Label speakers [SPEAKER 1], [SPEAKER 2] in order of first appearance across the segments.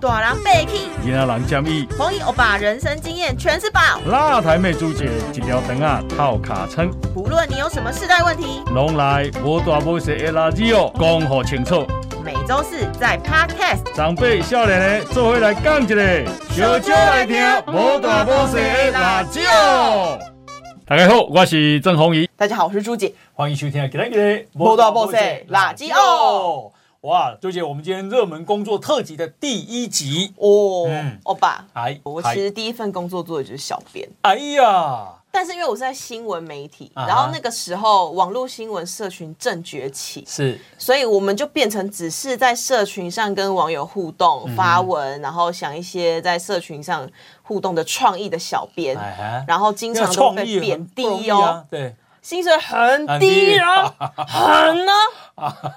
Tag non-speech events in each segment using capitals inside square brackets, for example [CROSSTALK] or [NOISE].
[SPEAKER 1] 大人被气，
[SPEAKER 2] 伊仔人建议，
[SPEAKER 1] 红衣欧巴人生经验全是宝。
[SPEAKER 2] 辣台妹主姐一条肠啊套卡称，
[SPEAKER 1] 不论你有什么世代问题，
[SPEAKER 2] 拢来无大无小的垃圾哦，讲好清楚。
[SPEAKER 1] 每周四在 Podcast
[SPEAKER 2] 长辈少年的做伙来讲一个，
[SPEAKER 1] 小少来听无大无小的辣椒。
[SPEAKER 2] 大家好，我是郑宏仪，
[SPEAKER 1] 大家好，我是朱姐。
[SPEAKER 2] 欢迎收听《今天的
[SPEAKER 1] 无大无小的辣椒》。
[SPEAKER 2] 哇，周姐，我们今天热门工作特辑的第一集，
[SPEAKER 1] 哦
[SPEAKER 2] 嗯，
[SPEAKER 1] 欧巴，
[SPEAKER 2] 哎
[SPEAKER 1] 我其实第一份工作做的就是小编，
[SPEAKER 2] 哎呀，
[SPEAKER 1] 但是因为我是在新闻媒体，
[SPEAKER 2] 啊哈
[SPEAKER 1] 然后那个时候网络新闻社群正崛起，
[SPEAKER 2] 是
[SPEAKER 1] 所以我们就变成只是在社群上跟网友互动、发
[SPEAKER 2] 嗯
[SPEAKER 1] 文，然后想一些在社群上互动的创意的小编，
[SPEAKER 2] 哎哈
[SPEAKER 1] 然后经
[SPEAKER 2] 那
[SPEAKER 1] 常
[SPEAKER 2] 个
[SPEAKER 1] 都
[SPEAKER 2] 创
[SPEAKER 1] 被
[SPEAKER 2] 意
[SPEAKER 1] 贬
[SPEAKER 2] 很不容
[SPEAKER 1] 低
[SPEAKER 2] 易
[SPEAKER 1] 哦，
[SPEAKER 2] 啊，对，
[SPEAKER 1] 薪水很
[SPEAKER 2] 很
[SPEAKER 1] 低
[SPEAKER 2] 低 [LAUGHS] 啊
[SPEAKER 1] 哦，很呢、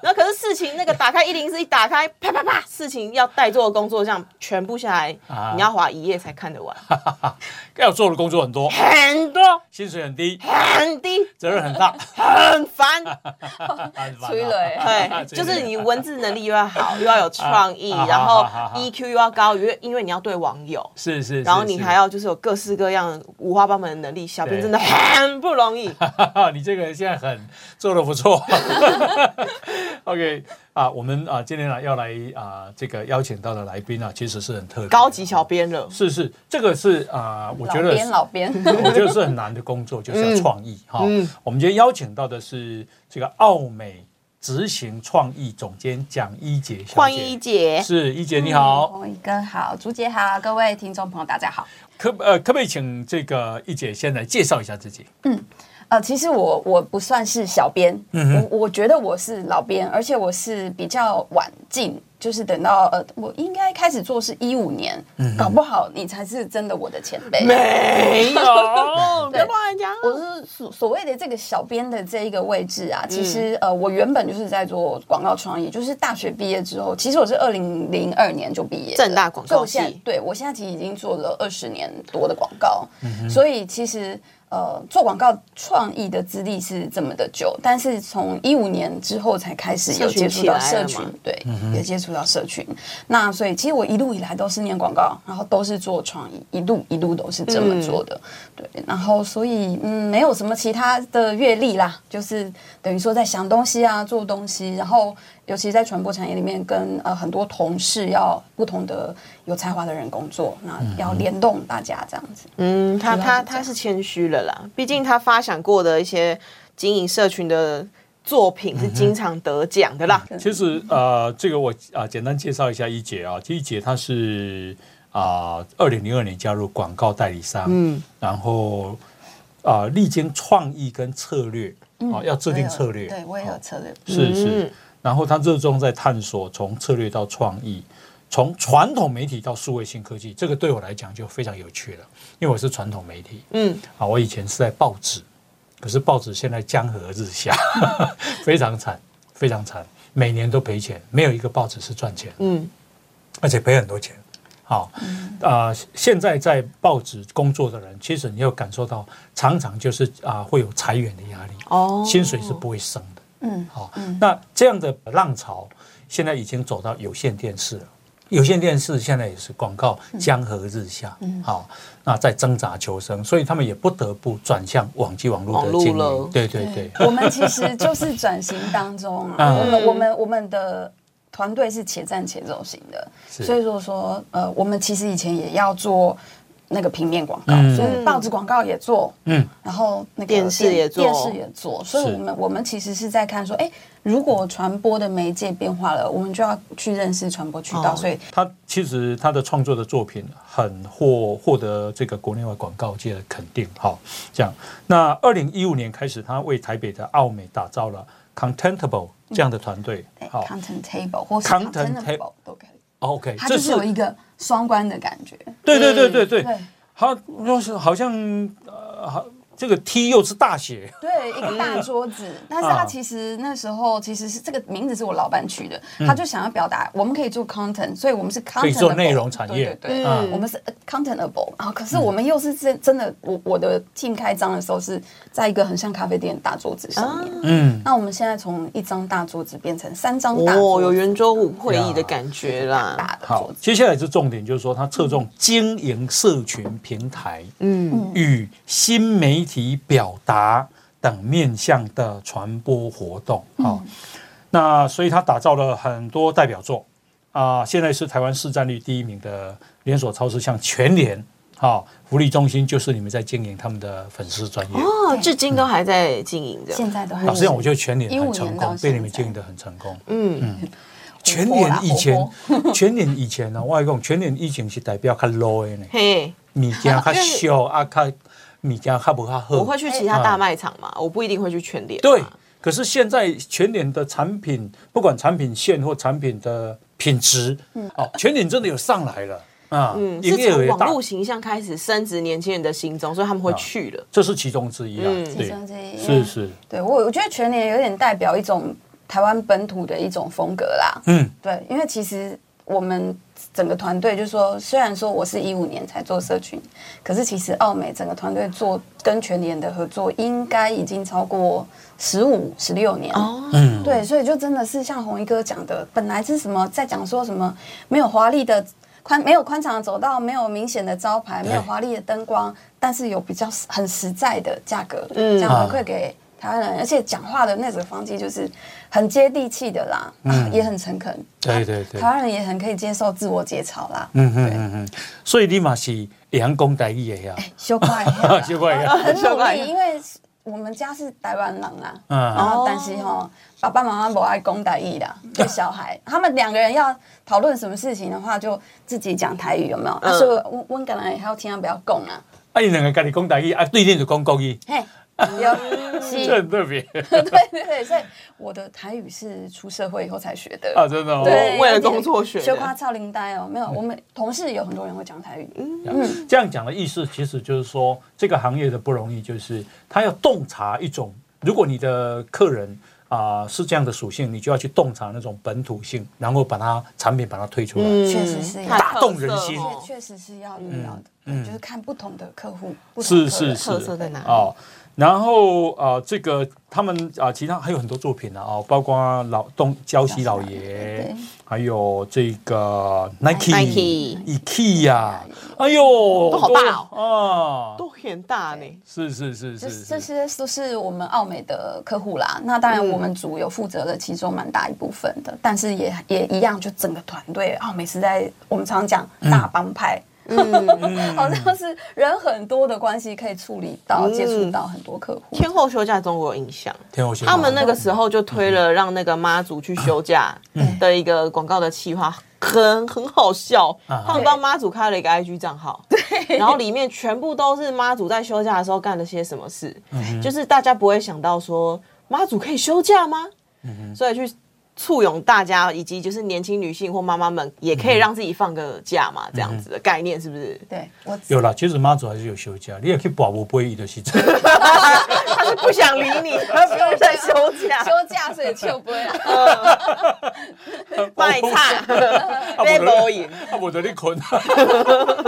[SPEAKER 1] 那可是事情那个打开一零四一打开，啪啪啪，事情要带做的工作量全部下来，
[SPEAKER 2] 啊
[SPEAKER 1] 你要划一页才看得
[SPEAKER 2] [LAUGHS]
[SPEAKER 1] 完，
[SPEAKER 2] 要做的工作很多，
[SPEAKER 1] 很多
[SPEAKER 2] 薪水很
[SPEAKER 1] [LAUGHS]
[SPEAKER 2] 低，
[SPEAKER 1] 很低，
[SPEAKER 2] 责任很
[SPEAKER 1] [LAUGHS]
[SPEAKER 2] 大，
[SPEAKER 1] 很
[SPEAKER 2] [LAUGHS]
[SPEAKER 1] 烦。
[SPEAKER 2] 很烦啊
[SPEAKER 3] 催泪
[SPEAKER 1] 对，哎就是你文字能力又要好，又要有创意，
[SPEAKER 2] 啊
[SPEAKER 1] 然后
[SPEAKER 2] 啊啊啊啊
[SPEAKER 1] EQ 又要高，因为因为你要对网友，
[SPEAKER 2] 是是，
[SPEAKER 1] 然后你还
[SPEAKER 2] 要，
[SPEAKER 1] 要就是有各式各样五花八门的能力，小编
[SPEAKER 2] 对
[SPEAKER 1] 真的很不容
[SPEAKER 2] [LAUGHS]
[SPEAKER 1] 易。
[SPEAKER 2] [LAUGHS] 你这个现在很做的不错 [LAUGHS] ，OK 啊，我们啊今天啊要来啊这个邀请到的来宾啊，其实是很特别的
[SPEAKER 1] 高级小编了，
[SPEAKER 2] 是是，这个是啊、我觉
[SPEAKER 3] 老
[SPEAKER 2] 得
[SPEAKER 3] 编老编，
[SPEAKER 2] 我觉得是很难的工
[SPEAKER 1] [LAUGHS]
[SPEAKER 2] 作，就是
[SPEAKER 1] 嗯
[SPEAKER 2] 要创意哈、我们今天邀请到的是这个奥美执行创意总监蒋一杰小姐，
[SPEAKER 1] 换一嗯姐，
[SPEAKER 2] 是一杰你 [LAUGHS] 好，
[SPEAKER 3] 红一哥好，朱姐好，各位听众朋友大家好。
[SPEAKER 2] 可呃可不可以请这个一姐先来介绍一下自己？
[SPEAKER 3] 呃，其实我我不算是小编，
[SPEAKER 2] 嗯哼
[SPEAKER 3] 我我觉得我是老编，而且我是比较晚进，就是等到呃，我应该开始做是一五年，搞不好你才是真的我的前辈。
[SPEAKER 1] 没 [LAUGHS] 有，别
[SPEAKER 3] 对
[SPEAKER 1] 乱讲。
[SPEAKER 2] 啊
[SPEAKER 3] 我是所所谓的这个小编的这一个位置啊，其实、呃，我原本就是在做广告创意，就是大学毕业之后，其实我是二零零二年就毕业了，
[SPEAKER 1] 正大广告
[SPEAKER 3] 所以我现在
[SPEAKER 1] 系
[SPEAKER 3] 对我现在其实已经做了二十年多的广告，
[SPEAKER 1] 嗯
[SPEAKER 3] 所以其实呃，做广告创意的资历是这么的久，但是从一五年之后才开始有
[SPEAKER 1] 社群
[SPEAKER 3] 接触
[SPEAKER 1] 起来了
[SPEAKER 3] 到社
[SPEAKER 1] 嘛
[SPEAKER 3] 群，对，有接触到社群。那所以其实我一路以来都是念广告，然后都是做创意，一路一路都是这么做的。对，然后所以嗯，没有什么其他的阅历啦，就是等于说在想东西啊，做东西，然后尤其在传播产业里面跟，呃很多同事要不同的有才华的人工作，那
[SPEAKER 2] 嗯
[SPEAKER 3] 要联动大家这样子。
[SPEAKER 1] 嗯，他
[SPEAKER 3] 主要
[SPEAKER 1] 他
[SPEAKER 3] 是这
[SPEAKER 1] 他
[SPEAKER 3] 样
[SPEAKER 1] 是谦虚了啦，毕竟他发想过的一些经营社群的作
[SPEAKER 3] 嗯
[SPEAKER 1] 品是经常得奖的啦。
[SPEAKER 2] 其实呃，这个我啊、简单介绍一下一姐啊，一姐她是啊，二零零二年加入广告代理商，嗯，然后啊、历经创意跟策略啊、要制定策略，
[SPEAKER 3] 我也嗯有对我也有策略。
[SPEAKER 2] 是
[SPEAKER 1] 嗯
[SPEAKER 2] 是，然后他热衷在探索从策略到创意，从传统媒体到数位新科技，这个对我来讲就非常有趣了，因为我是传统媒体
[SPEAKER 1] 嗯，
[SPEAKER 2] 啊，我以前是在报纸，可是报纸现在江河日下， [LAUGHS] 非常惨，非常惨，每年都赔钱，没有一个报纸是赚钱，
[SPEAKER 1] 嗯，
[SPEAKER 2] 而且赔很多钱。好，啊、现在在报纸工作的人，其实你有感受到，常常就是啊、会有裁员的压力，
[SPEAKER 1] 哦
[SPEAKER 2] 薪水是不会升的。
[SPEAKER 3] 嗯，
[SPEAKER 2] 好、那这样的浪潮现在已经走到有线电视了。有线电视现在也是广告
[SPEAKER 3] 嗯
[SPEAKER 2] 江河日下，好，那在挣扎求生，所以他们也不得不转向网际网络
[SPEAKER 1] 网
[SPEAKER 2] 的
[SPEAKER 1] 路
[SPEAKER 2] 经
[SPEAKER 1] 了
[SPEAKER 2] 营。对对对， [LAUGHS]
[SPEAKER 3] 我们其实就是转型当中啊，
[SPEAKER 2] 嗯
[SPEAKER 3] 我们我们我们的团队是且战且走型的，
[SPEAKER 2] 是
[SPEAKER 3] 所以说说呃，我们其实以前也要做那个平面广告，
[SPEAKER 2] 嗯
[SPEAKER 3] 所以报纸广告也做，
[SPEAKER 2] 嗯，
[SPEAKER 3] 然后那个
[SPEAKER 1] 电视也做
[SPEAKER 3] 电视也做，所以
[SPEAKER 2] 是
[SPEAKER 3] 我们我们其实是在看说，哎，如果传播的媒介变化了，我们就要去认识传播渠道，
[SPEAKER 1] 哦
[SPEAKER 3] 所以
[SPEAKER 2] 他其实他的创作的作品很获获得这个国内外广告界的肯定。好，这样。那二零一五年开始，他为台北的奥美打造了 Contentable 这样的团队。
[SPEAKER 3] 嗯对
[SPEAKER 2] 好
[SPEAKER 3] content table 或是
[SPEAKER 2] Content
[SPEAKER 3] content
[SPEAKER 2] tab-
[SPEAKER 3] table 都可以，
[SPEAKER 2] ，OK，
[SPEAKER 3] 它
[SPEAKER 2] 这
[SPEAKER 3] 就是有一个双关的感觉，
[SPEAKER 2] 对对对对对
[SPEAKER 3] 对。
[SPEAKER 2] 好，就是好像呃，好这个 T 又是大写，
[SPEAKER 3] 对，一个
[SPEAKER 2] 嗯
[SPEAKER 3] 大桌子。但是他其实那时候其实是这个名字是我老板取的，他就想要表达我们可以做 content，所以我们是 content，
[SPEAKER 2] 嗯以做内容产业嗯
[SPEAKER 3] 对对对
[SPEAKER 1] 嗯，
[SPEAKER 3] 我们是 contentable。然后可是我们又是真真的，我我的 team 开张的时候是在一个很像咖啡店的大桌子上面。
[SPEAKER 2] 嗯，
[SPEAKER 3] 那我们现在从一张大桌子变成三张大
[SPEAKER 1] 哦，
[SPEAKER 3] 桌
[SPEAKER 1] 有
[SPEAKER 3] 子，
[SPEAKER 1] 圆桌会议的感觉啦。
[SPEAKER 3] 大的桌
[SPEAKER 2] 啊好
[SPEAKER 3] 子，。
[SPEAKER 2] 接下来是重点，就是说它侧重经营社群平台
[SPEAKER 1] 嗯，
[SPEAKER 2] 与新媒体表达等面向的传播活动。好、那所以它打造了很多代表作啊、现在是台湾市占率第一名的连锁超市，像全联。好、福利中心就是你们在经营他们的粉丝专业。
[SPEAKER 1] 哦，至今都还在经营着。
[SPEAKER 3] 现在都还
[SPEAKER 2] 老实
[SPEAKER 3] 是
[SPEAKER 2] 讲，我觉得全联很成
[SPEAKER 3] 15年到
[SPEAKER 2] 功，
[SPEAKER 3] 现在
[SPEAKER 2] 被你们经营的很成功。
[SPEAKER 1] 嗯，
[SPEAKER 2] 全
[SPEAKER 3] 活泼
[SPEAKER 2] 联
[SPEAKER 3] 啦
[SPEAKER 2] 以前
[SPEAKER 3] 活，
[SPEAKER 2] [LAUGHS] 全联以前呢、啊，我跟你讲全联以前是代表较 low
[SPEAKER 3] [LAUGHS]
[SPEAKER 2] 的呢，
[SPEAKER 1] 嘿，
[SPEAKER 2] 物件较俗啊，较物件较不较好。
[SPEAKER 1] 我会去其他大卖场
[SPEAKER 3] 哎
[SPEAKER 1] 嘛，我不一定会去全联。
[SPEAKER 2] 对，
[SPEAKER 3] 啊
[SPEAKER 2] 可是现在全联的产品，不管产品线或产品的品质，
[SPEAKER 3] 嗯
[SPEAKER 2] 哦，全联真的有上来了啊，
[SPEAKER 1] 嗯，
[SPEAKER 2] 营
[SPEAKER 1] 是
[SPEAKER 2] 业额
[SPEAKER 1] 从
[SPEAKER 2] 也
[SPEAKER 1] 网
[SPEAKER 2] 大，啊
[SPEAKER 1] 络形象开始深植年轻人的心中，所以他们会去了。
[SPEAKER 2] 这是其中之一啊，
[SPEAKER 1] 嗯
[SPEAKER 3] 其
[SPEAKER 2] 对
[SPEAKER 3] 中之，一
[SPEAKER 2] 是是，
[SPEAKER 3] 对我，我觉得全年有点代表一种台湾本土的一种风格啦。
[SPEAKER 2] 嗯，
[SPEAKER 3] 对，因为其实我们整个团队就说，虽然说我是一五年才做社群，可是其实奥美整个团队做跟全联的合作，应该已经超过十五、十六年。
[SPEAKER 1] 哦，
[SPEAKER 2] 嗯，
[SPEAKER 3] 对，所以就真的是像红衣哥讲的，本来是什么在讲说什么没有华丽的宽没有宽敞的走道，没有明显的招牌，没有
[SPEAKER 2] 对
[SPEAKER 3] 华丽的灯光，但是有比较实很实在的价格，
[SPEAKER 1] 嗯
[SPEAKER 3] 这样回馈给台湾人，而且讲话的那种方式就是很接地气的啦，啊也很诚恳，
[SPEAKER 2] 对对对
[SPEAKER 3] 台，湾人也很可以接受自我节操啦，
[SPEAKER 2] 嗯嗯嗯嗯，所以你嘛是阳光台语的呀，
[SPEAKER 3] 修快
[SPEAKER 1] [LAUGHS]
[SPEAKER 2] 就怪呀。
[SPEAKER 3] [LAUGHS] 很
[SPEAKER 1] 小
[SPEAKER 3] 努
[SPEAKER 1] 怪
[SPEAKER 3] 力，因为我们家是台湾人啊，
[SPEAKER 2] 嗯
[SPEAKER 3] 然后但是吼，爸爸妈妈不爱讲台语啦，
[SPEAKER 1] 嗯
[SPEAKER 3] 对小孩，他们两个人要讨论什么事情的话，就自己讲台语有没有？啊，
[SPEAKER 1] 嗯
[SPEAKER 3] 所以温温格兰也要听他不要讲啊，
[SPEAKER 2] 啊，伊两个跟你讲台语，啊，对面就讲国语，
[SPEAKER 1] [LAUGHS]
[SPEAKER 3] 嘿，有
[SPEAKER 2] 这
[SPEAKER 3] 是，
[SPEAKER 2] 很特别
[SPEAKER 3] 对对对，所以我的台语是出社会以后才学的。
[SPEAKER 2] 啊，真的哦。
[SPEAKER 3] 对，
[SPEAKER 1] 为了工作学的
[SPEAKER 3] 学夸超龄呆哦，没有，我们同事有很多人会讲台语，
[SPEAKER 2] 这样讲的意思，其实就是说这个行业的不容易，就是他要洞察一种，如果你的客人啊、是这样的属性，你就要去洞察那种本土性，然后把它产品把它推出来。
[SPEAKER 1] 嗯
[SPEAKER 3] 确实是
[SPEAKER 2] 打动人心
[SPEAKER 1] 它的特色哦
[SPEAKER 3] 确确实是要遇到的，
[SPEAKER 2] 嗯
[SPEAKER 3] 对就是看不同的客户，不同
[SPEAKER 2] 是
[SPEAKER 3] 的客
[SPEAKER 2] 是
[SPEAKER 3] 人
[SPEAKER 2] 是，
[SPEAKER 1] 特色在哪里
[SPEAKER 2] 哦，然后啊、呃这个他们啊、其他还有很多作品啊，哦，包括老东胶西老爷
[SPEAKER 3] 对，
[SPEAKER 2] 还有这个 Nike、
[SPEAKER 1] Nike
[SPEAKER 2] IKEA，哎呦，
[SPEAKER 1] 都好大
[SPEAKER 2] 哦，啊，
[SPEAKER 1] 都很大呢。
[SPEAKER 2] 是是是
[SPEAKER 3] 这
[SPEAKER 2] 是
[SPEAKER 3] 这
[SPEAKER 2] 是，嗯
[SPEAKER 3] 些都是我们奥美的客户啦。那当然，我们组有负责了其中蛮大一部分的，但是也也一样，就整个团队奥美是在我们常讲
[SPEAKER 2] 嗯
[SPEAKER 3] 大帮派， [LAUGHS] 好像是人很多的关系可以处理到、
[SPEAKER 1] 嗯
[SPEAKER 3] 接触到很多客户。
[SPEAKER 1] 天后休假中我有印象，
[SPEAKER 2] 天后先
[SPEAKER 1] 他们那个时候就推了让那个妈祖去休假的一个广告的企划，很很好笑。
[SPEAKER 2] 啊
[SPEAKER 1] 他们帮妈祖开了一个 IG 账号，对，然后里面全部都是妈祖在休假的时候干了些什么事，就是大家不会想到说妈祖可以休假吗？所以去。簇拥大家，以及就是年轻女性或妈妈们，也可以让自己放个假嘛，这样子的概念是不 [LAUGHS] 是？
[SPEAKER 3] 对我
[SPEAKER 2] 有啦，其实妈祖还是有休假，你也可以保我不会的是 [LAUGHS] 这样
[SPEAKER 1] 他是不想理你，他不用再休假
[SPEAKER 3] [LAUGHS] 休，假，所以就不会来。 [LAUGHS]
[SPEAKER 2] [LAUGHS]
[SPEAKER 1] 卖
[SPEAKER 3] 啊
[SPEAKER 1] 菜，被包赢。
[SPEAKER 2] 啊，我的你捆啊 [LAUGHS]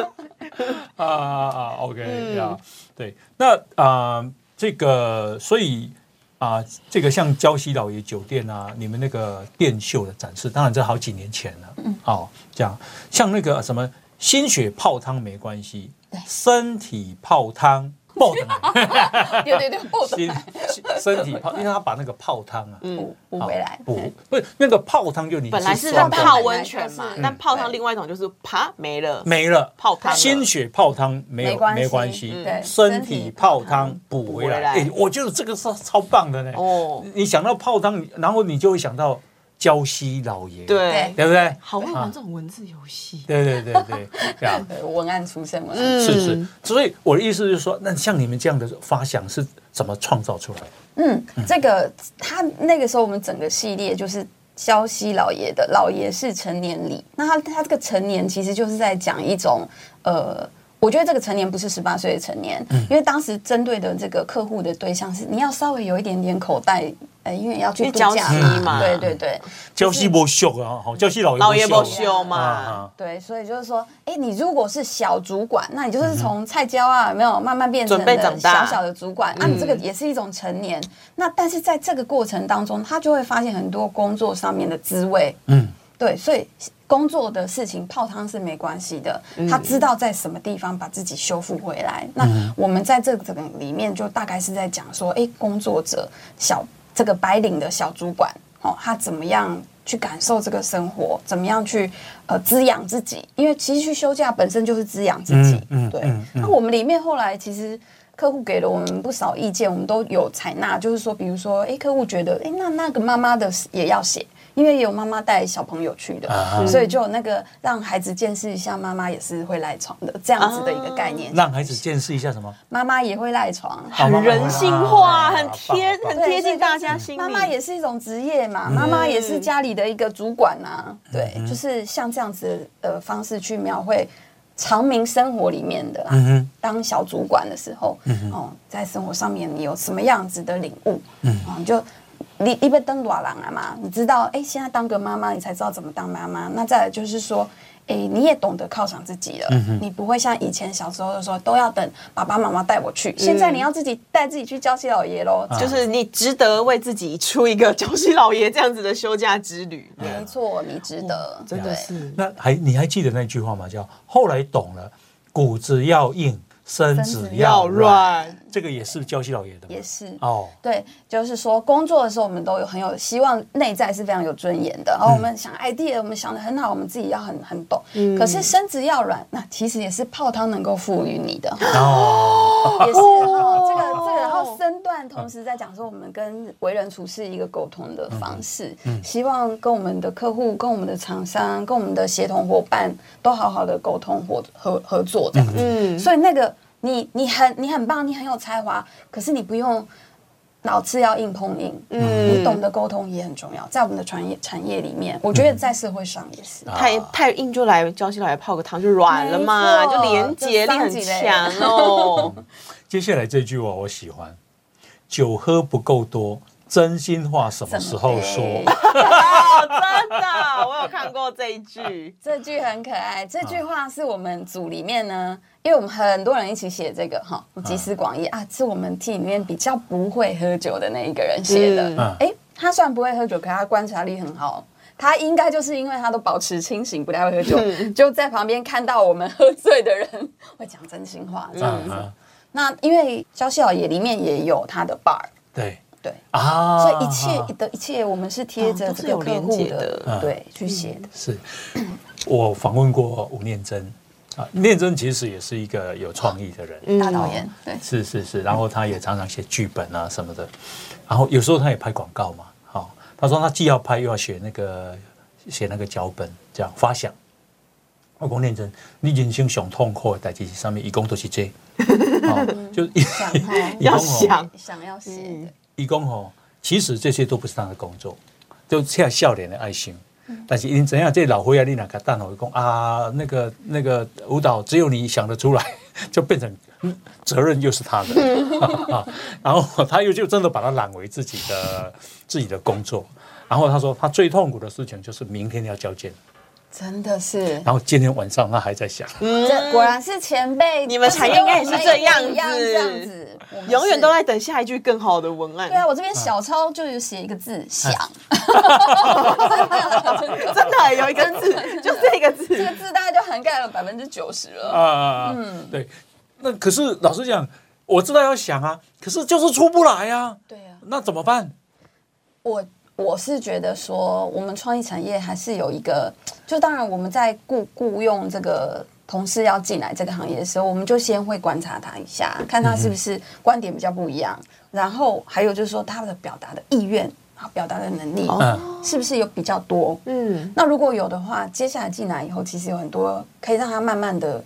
[SPEAKER 2] 啊啊，OK 呀、对，那啊、这个所以啊、这个像胶西老爷酒店啊，你们那个电秀的展示，当然这好几年前了，嗯，哦，这样像那个什么心血泡汤没关系，身体泡汤爆的，
[SPEAKER 3] 对对对，不
[SPEAKER 2] [LAUGHS] 心心身体泡，因为他把那个泡汤啊。
[SPEAKER 3] 补补回来
[SPEAKER 2] 啊。
[SPEAKER 3] 嗯
[SPEAKER 2] 补不是那个泡汤，就你
[SPEAKER 1] [LAUGHS] 本来
[SPEAKER 2] 吃
[SPEAKER 1] 是
[SPEAKER 2] 酸
[SPEAKER 1] 让
[SPEAKER 2] 的
[SPEAKER 1] 泡温泉嘛
[SPEAKER 3] 嗯，
[SPEAKER 1] 但泡汤另外一种就是啪没了，
[SPEAKER 2] 没了，
[SPEAKER 1] 泡汤了
[SPEAKER 2] 鲜血泡汤没有
[SPEAKER 3] 没关系
[SPEAKER 2] 没关系
[SPEAKER 3] 嗯，对
[SPEAKER 2] 身体泡汤补
[SPEAKER 1] 补
[SPEAKER 2] 回
[SPEAKER 1] 回
[SPEAKER 2] 来。
[SPEAKER 1] 来
[SPEAKER 2] 哎，我觉得这个是超棒的呢。
[SPEAKER 1] 哦
[SPEAKER 2] 你想到泡汤，然后你就会想到胶西老爷，对
[SPEAKER 1] 对，啊
[SPEAKER 2] 不对？
[SPEAKER 1] 好会玩这种文字游戏，
[SPEAKER 2] 对对对对， [LAUGHS] 对啊，
[SPEAKER 3] 对文案出身，文案
[SPEAKER 1] 嗯
[SPEAKER 2] 是是。所以我的意思就是说，那像你们这样的发想是怎么创造出来的？
[SPEAKER 3] 嗯，这个他那个时候我们整个系列就是肖西老爷的老爷是成年礼，那他他这个成年其实就是在讲一种呃。我觉得这个成年不是十八岁的成年，因为当时针对的这个客户的对象是你要稍微有一点点口袋，呃，因为要去
[SPEAKER 1] 去
[SPEAKER 3] 度
[SPEAKER 1] 交
[SPEAKER 3] 假
[SPEAKER 1] 际嘛
[SPEAKER 3] 对对对，
[SPEAKER 2] 教西不秀啊，吼教西老
[SPEAKER 1] 老
[SPEAKER 2] 爷
[SPEAKER 1] 爷
[SPEAKER 2] 不
[SPEAKER 1] 不
[SPEAKER 2] 秀
[SPEAKER 1] 休嘛。
[SPEAKER 2] 啊啊，
[SPEAKER 3] 对，所以就是说，哎，你如果是小主管，那你就是从菜椒啊，有没有慢慢变
[SPEAKER 1] 嗯
[SPEAKER 3] 成
[SPEAKER 1] 准备长
[SPEAKER 3] 的
[SPEAKER 1] 大嗯
[SPEAKER 3] 小小的主管，啊，你这个也是一种成年。那但是在这个过程当中，他就会发现很多工作上面的滋味。
[SPEAKER 2] 嗯，
[SPEAKER 3] 对，所以工作的事情泡汤是没关系的，
[SPEAKER 2] 嗯
[SPEAKER 3] 他知道在什么地方把自己修复回来。
[SPEAKER 2] 嗯
[SPEAKER 3] 那我们在这个里面就大概是在讲说，哎，工作者小这个白领的小主管，哦，他怎么样？去感受这个生活，怎么样去呃滋养自己？因为其实去休假本身就是滋养自己，
[SPEAKER 2] 嗯嗯
[SPEAKER 3] 对。
[SPEAKER 2] 嗯嗯
[SPEAKER 3] 那我们里面后来其实客户给了我们不少意见，我们都有采纳。就是说，比如说，哎、客户觉得，哎、那那个妈妈的也要写，因为也有妈妈带小朋友去的，
[SPEAKER 2] 啊哈
[SPEAKER 3] 所以就有那个让孩子见识一下妈妈也是会赖床的这样子的一个概
[SPEAKER 1] 嗯
[SPEAKER 3] 念。
[SPEAKER 2] 让孩子见识一下什么？
[SPEAKER 3] 妈妈也会赖床，
[SPEAKER 2] 好
[SPEAKER 1] 很人性化，
[SPEAKER 2] 好好
[SPEAKER 1] 很贴，
[SPEAKER 2] 好
[SPEAKER 1] 很贴
[SPEAKER 3] 对所以
[SPEAKER 1] 近大
[SPEAKER 3] 就是
[SPEAKER 1] 家心里。嗯
[SPEAKER 3] 妈妈也是一种职业嘛，妈妈也是家里的一个主管啊。对，就是像这样子的呃方式去描绘长明生活里面的啦。
[SPEAKER 2] 嗯哼，
[SPEAKER 3] 当小主管的时候，哦，在生活上面你有什么样子的领悟？嗯，哦，你就你你被登多郎啊嘛，你知道，哎、现在当个妈妈，你才知道怎么当妈妈。那再来就是说，哎、你也懂得犒赏自己了，你不会像以前小时候的时候都要等爸爸妈妈带我去，现在你要自己带自己去交西老爷喽。
[SPEAKER 2] 啊
[SPEAKER 3] 就
[SPEAKER 1] 就是你值得为自己出一个 [LAUGHS] 九西老爷这样子的休假之旅。
[SPEAKER 3] 没错，你值得，
[SPEAKER 1] [LAUGHS] 真的
[SPEAKER 3] 啊嗯对啊
[SPEAKER 1] 是
[SPEAKER 2] 那还你还记得那句话吗？叫后来懂了，骨子要硬，身子 [LAUGHS] 要软。，啊这个也是教西老爷的吗，
[SPEAKER 3] 也是
[SPEAKER 2] 哦，
[SPEAKER 3] 对，就是说工作的时候，我们都有很有希望，内在是非常有尊严的。然后我们想 idea，我们想的很好，我们自己要很很懂。可是身子要软，那其实也是泡汤能够赋予你的，
[SPEAKER 2] 哦，
[SPEAKER 3] 也是哈。这个这个，然后身段同时在讲说，我们跟为人处事一个沟通的方式，
[SPEAKER 2] 嗯
[SPEAKER 3] 希望跟我们的客户、跟我们的厂商、跟我们的协同伙伴都好好的沟通或合合作这样子。
[SPEAKER 1] 嗯，
[SPEAKER 3] 所以那个你你很你很棒，你很有才华，可是你不用老是要硬碰硬，嗯，你懂得沟通也很重要，在我们的产业产业里面，我觉得在社会上也是。
[SPEAKER 2] 啊
[SPEAKER 1] 太太硬就来江西老爷泡个汤就软了嘛，
[SPEAKER 3] 没错
[SPEAKER 1] 就连结力
[SPEAKER 3] 就伤
[SPEAKER 1] 很
[SPEAKER 3] 及嘞
[SPEAKER 1] 强
[SPEAKER 3] [LAUGHS]
[SPEAKER 1] 哦。 [LAUGHS]
[SPEAKER 2] 接下来这句我我喜欢，酒喝不够多，真心话什么时候说？
[SPEAKER 3] 对
[SPEAKER 1] 哦，真的，我有看过这一句。
[SPEAKER 3] 这句很可爱，这句话是我们组里面呢，因为我们很多人一起写这个哈，集思广益啊，是我们 team 里面比较不会喝酒的那一个人写的。
[SPEAKER 2] 嗯
[SPEAKER 3] 哎、他虽然不会喝酒，可他观察力很好。他应该就是因为他都保持清醒，不太会喝
[SPEAKER 1] 嗯
[SPEAKER 3] 酒，就在旁边看到我们喝醉的人会讲真心话这样
[SPEAKER 2] 嗯
[SPEAKER 3] 子。
[SPEAKER 1] 啊
[SPEAKER 2] 嗯，
[SPEAKER 3] 那因为消息老爷里面也有他的 bar，
[SPEAKER 2] 对
[SPEAKER 3] 对，
[SPEAKER 2] 啊，
[SPEAKER 3] 所以一切的一切我们是贴着这个
[SPEAKER 1] 哦都是
[SPEAKER 3] 客
[SPEAKER 1] 有
[SPEAKER 3] 户
[SPEAKER 1] 连结的嗯
[SPEAKER 3] 对去写的。
[SPEAKER 2] 是我访问过吴念真啊，念真其实也是一个有创意的人，
[SPEAKER 3] 嗯
[SPEAKER 2] 哦
[SPEAKER 3] 大导演对，
[SPEAKER 2] 是是是，然后他也常常写剧本啊什么的，然后有时候他也拍广告嘛。好、他说他既要拍又要写那个写那个脚本，这样发想。我讲认真，你人生上痛苦的代志是上面，一共都是
[SPEAKER 3] [LAUGHS]
[SPEAKER 2] 这哦，就 [LAUGHS]
[SPEAKER 3] 想哦
[SPEAKER 1] 要
[SPEAKER 2] 想。
[SPEAKER 1] 想
[SPEAKER 3] 想要写的
[SPEAKER 1] 嗯
[SPEAKER 2] 义工吼，哦其实这些都不是他的工作，都像笑脸的爱心。但是因怎样，这老灰啊，你哪个蛋头讲啊？那个那个舞蹈只有你想得出来， [LAUGHS] 就变成、嗯责任又是他的、啊。然后他又就真的把它揽为自己的自己的工作。然后他说，他最痛苦的事情就是明天要交件，
[SPEAKER 3] 真的是，
[SPEAKER 2] 然后今天晚上他还在想，
[SPEAKER 3] 这果然是前辈，
[SPEAKER 1] 你们产业应该也是这样子
[SPEAKER 3] 一这样子，我们是
[SPEAKER 1] 永远都。在嗯等下一句更好的文案。
[SPEAKER 3] 对啊，我这边小抄就有写一个字“想
[SPEAKER 1] 哎 [LAUGHS] 真的有一个字， [LAUGHS] 就这个”，
[SPEAKER 3] 这
[SPEAKER 1] 字
[SPEAKER 2] 嗯
[SPEAKER 3] 个。字大概就涵盖了百分之九十了。
[SPEAKER 2] 啊，嗯，对。那可是老实讲，我知道要想啊，可是就是出不来啊，
[SPEAKER 3] 对啊，
[SPEAKER 2] 那怎么办？
[SPEAKER 3] 我我是觉得说，我们创意产业还是有一个，就当然我们在雇雇佣这个同事要进来这个行业的时候，我们就先会观察他一下，看他是不
[SPEAKER 1] 嗯
[SPEAKER 3] 是观点比较不一样，然后还有就是说他的表达的意愿啊，表达的能力、
[SPEAKER 1] 哦
[SPEAKER 2] 嗯
[SPEAKER 3] 是不是有比较多？
[SPEAKER 1] 嗯，
[SPEAKER 3] 那如果有的话，接下来进来以后，其实有很多可以让他慢慢的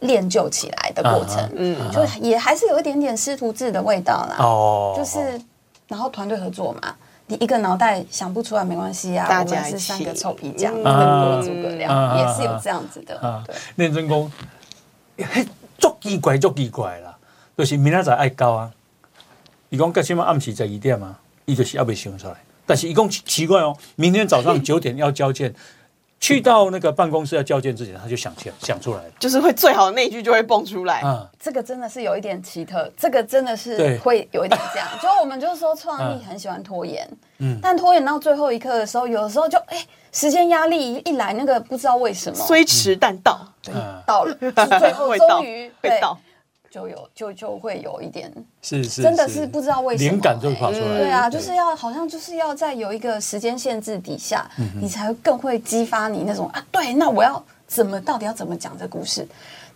[SPEAKER 3] 练就起来的过
[SPEAKER 2] 啊
[SPEAKER 3] 程，
[SPEAKER 1] 嗯
[SPEAKER 3] 嗯，就也还是有一点点师徒制的味道啦。
[SPEAKER 2] 哦，
[SPEAKER 3] 就是然后团队合作嘛，你一个脑袋想不出来没关系啊，
[SPEAKER 1] 大
[SPEAKER 3] 我
[SPEAKER 1] 家
[SPEAKER 3] 们是
[SPEAKER 1] 一起
[SPEAKER 3] 三个臭皮匠，
[SPEAKER 1] 嗯
[SPEAKER 3] 更多诸葛亮，
[SPEAKER 2] 啊
[SPEAKER 3] 也是有这样子的
[SPEAKER 2] 啊，
[SPEAKER 3] 对。
[SPEAKER 2] 练真功，嘿，足奇怪足奇怪啦，就是明仔载爱交啊。伊讲到即满暗时十二点啊，伊就是还未想出来。但是伊讲奇怪哦，明天早上九点要交
[SPEAKER 3] [LAUGHS]
[SPEAKER 2] 件，去到那个办公室要交件之前，他就想起来想出来了
[SPEAKER 1] 就是会最好的那一句就会蹦出来。
[SPEAKER 2] 啊。
[SPEAKER 3] 这个真的是有一点奇特，这个真的
[SPEAKER 2] 对
[SPEAKER 3] 是会有一点这样。就我们就是说，创意很喜欢拖延，
[SPEAKER 2] 嗯
[SPEAKER 3] 嗯，但拖延到最后一刻的时候，有的时候就哎、时间压力一来，那个不知道为什么
[SPEAKER 1] 虽迟但到，
[SPEAKER 2] 嗯
[SPEAKER 3] 到了，最后
[SPEAKER 1] 会到
[SPEAKER 3] 终于，
[SPEAKER 1] 会到。
[SPEAKER 3] 就有就就会有一点，
[SPEAKER 2] 是是，
[SPEAKER 3] 真的是不知道为什么
[SPEAKER 2] 灵感就跑出来了。
[SPEAKER 3] 对啊，就是要好像就是要在有一个时间限制底下，
[SPEAKER 2] 嗯
[SPEAKER 3] 你才会更会激发你那种啊，对，那我要怎么到底要怎么讲这故事？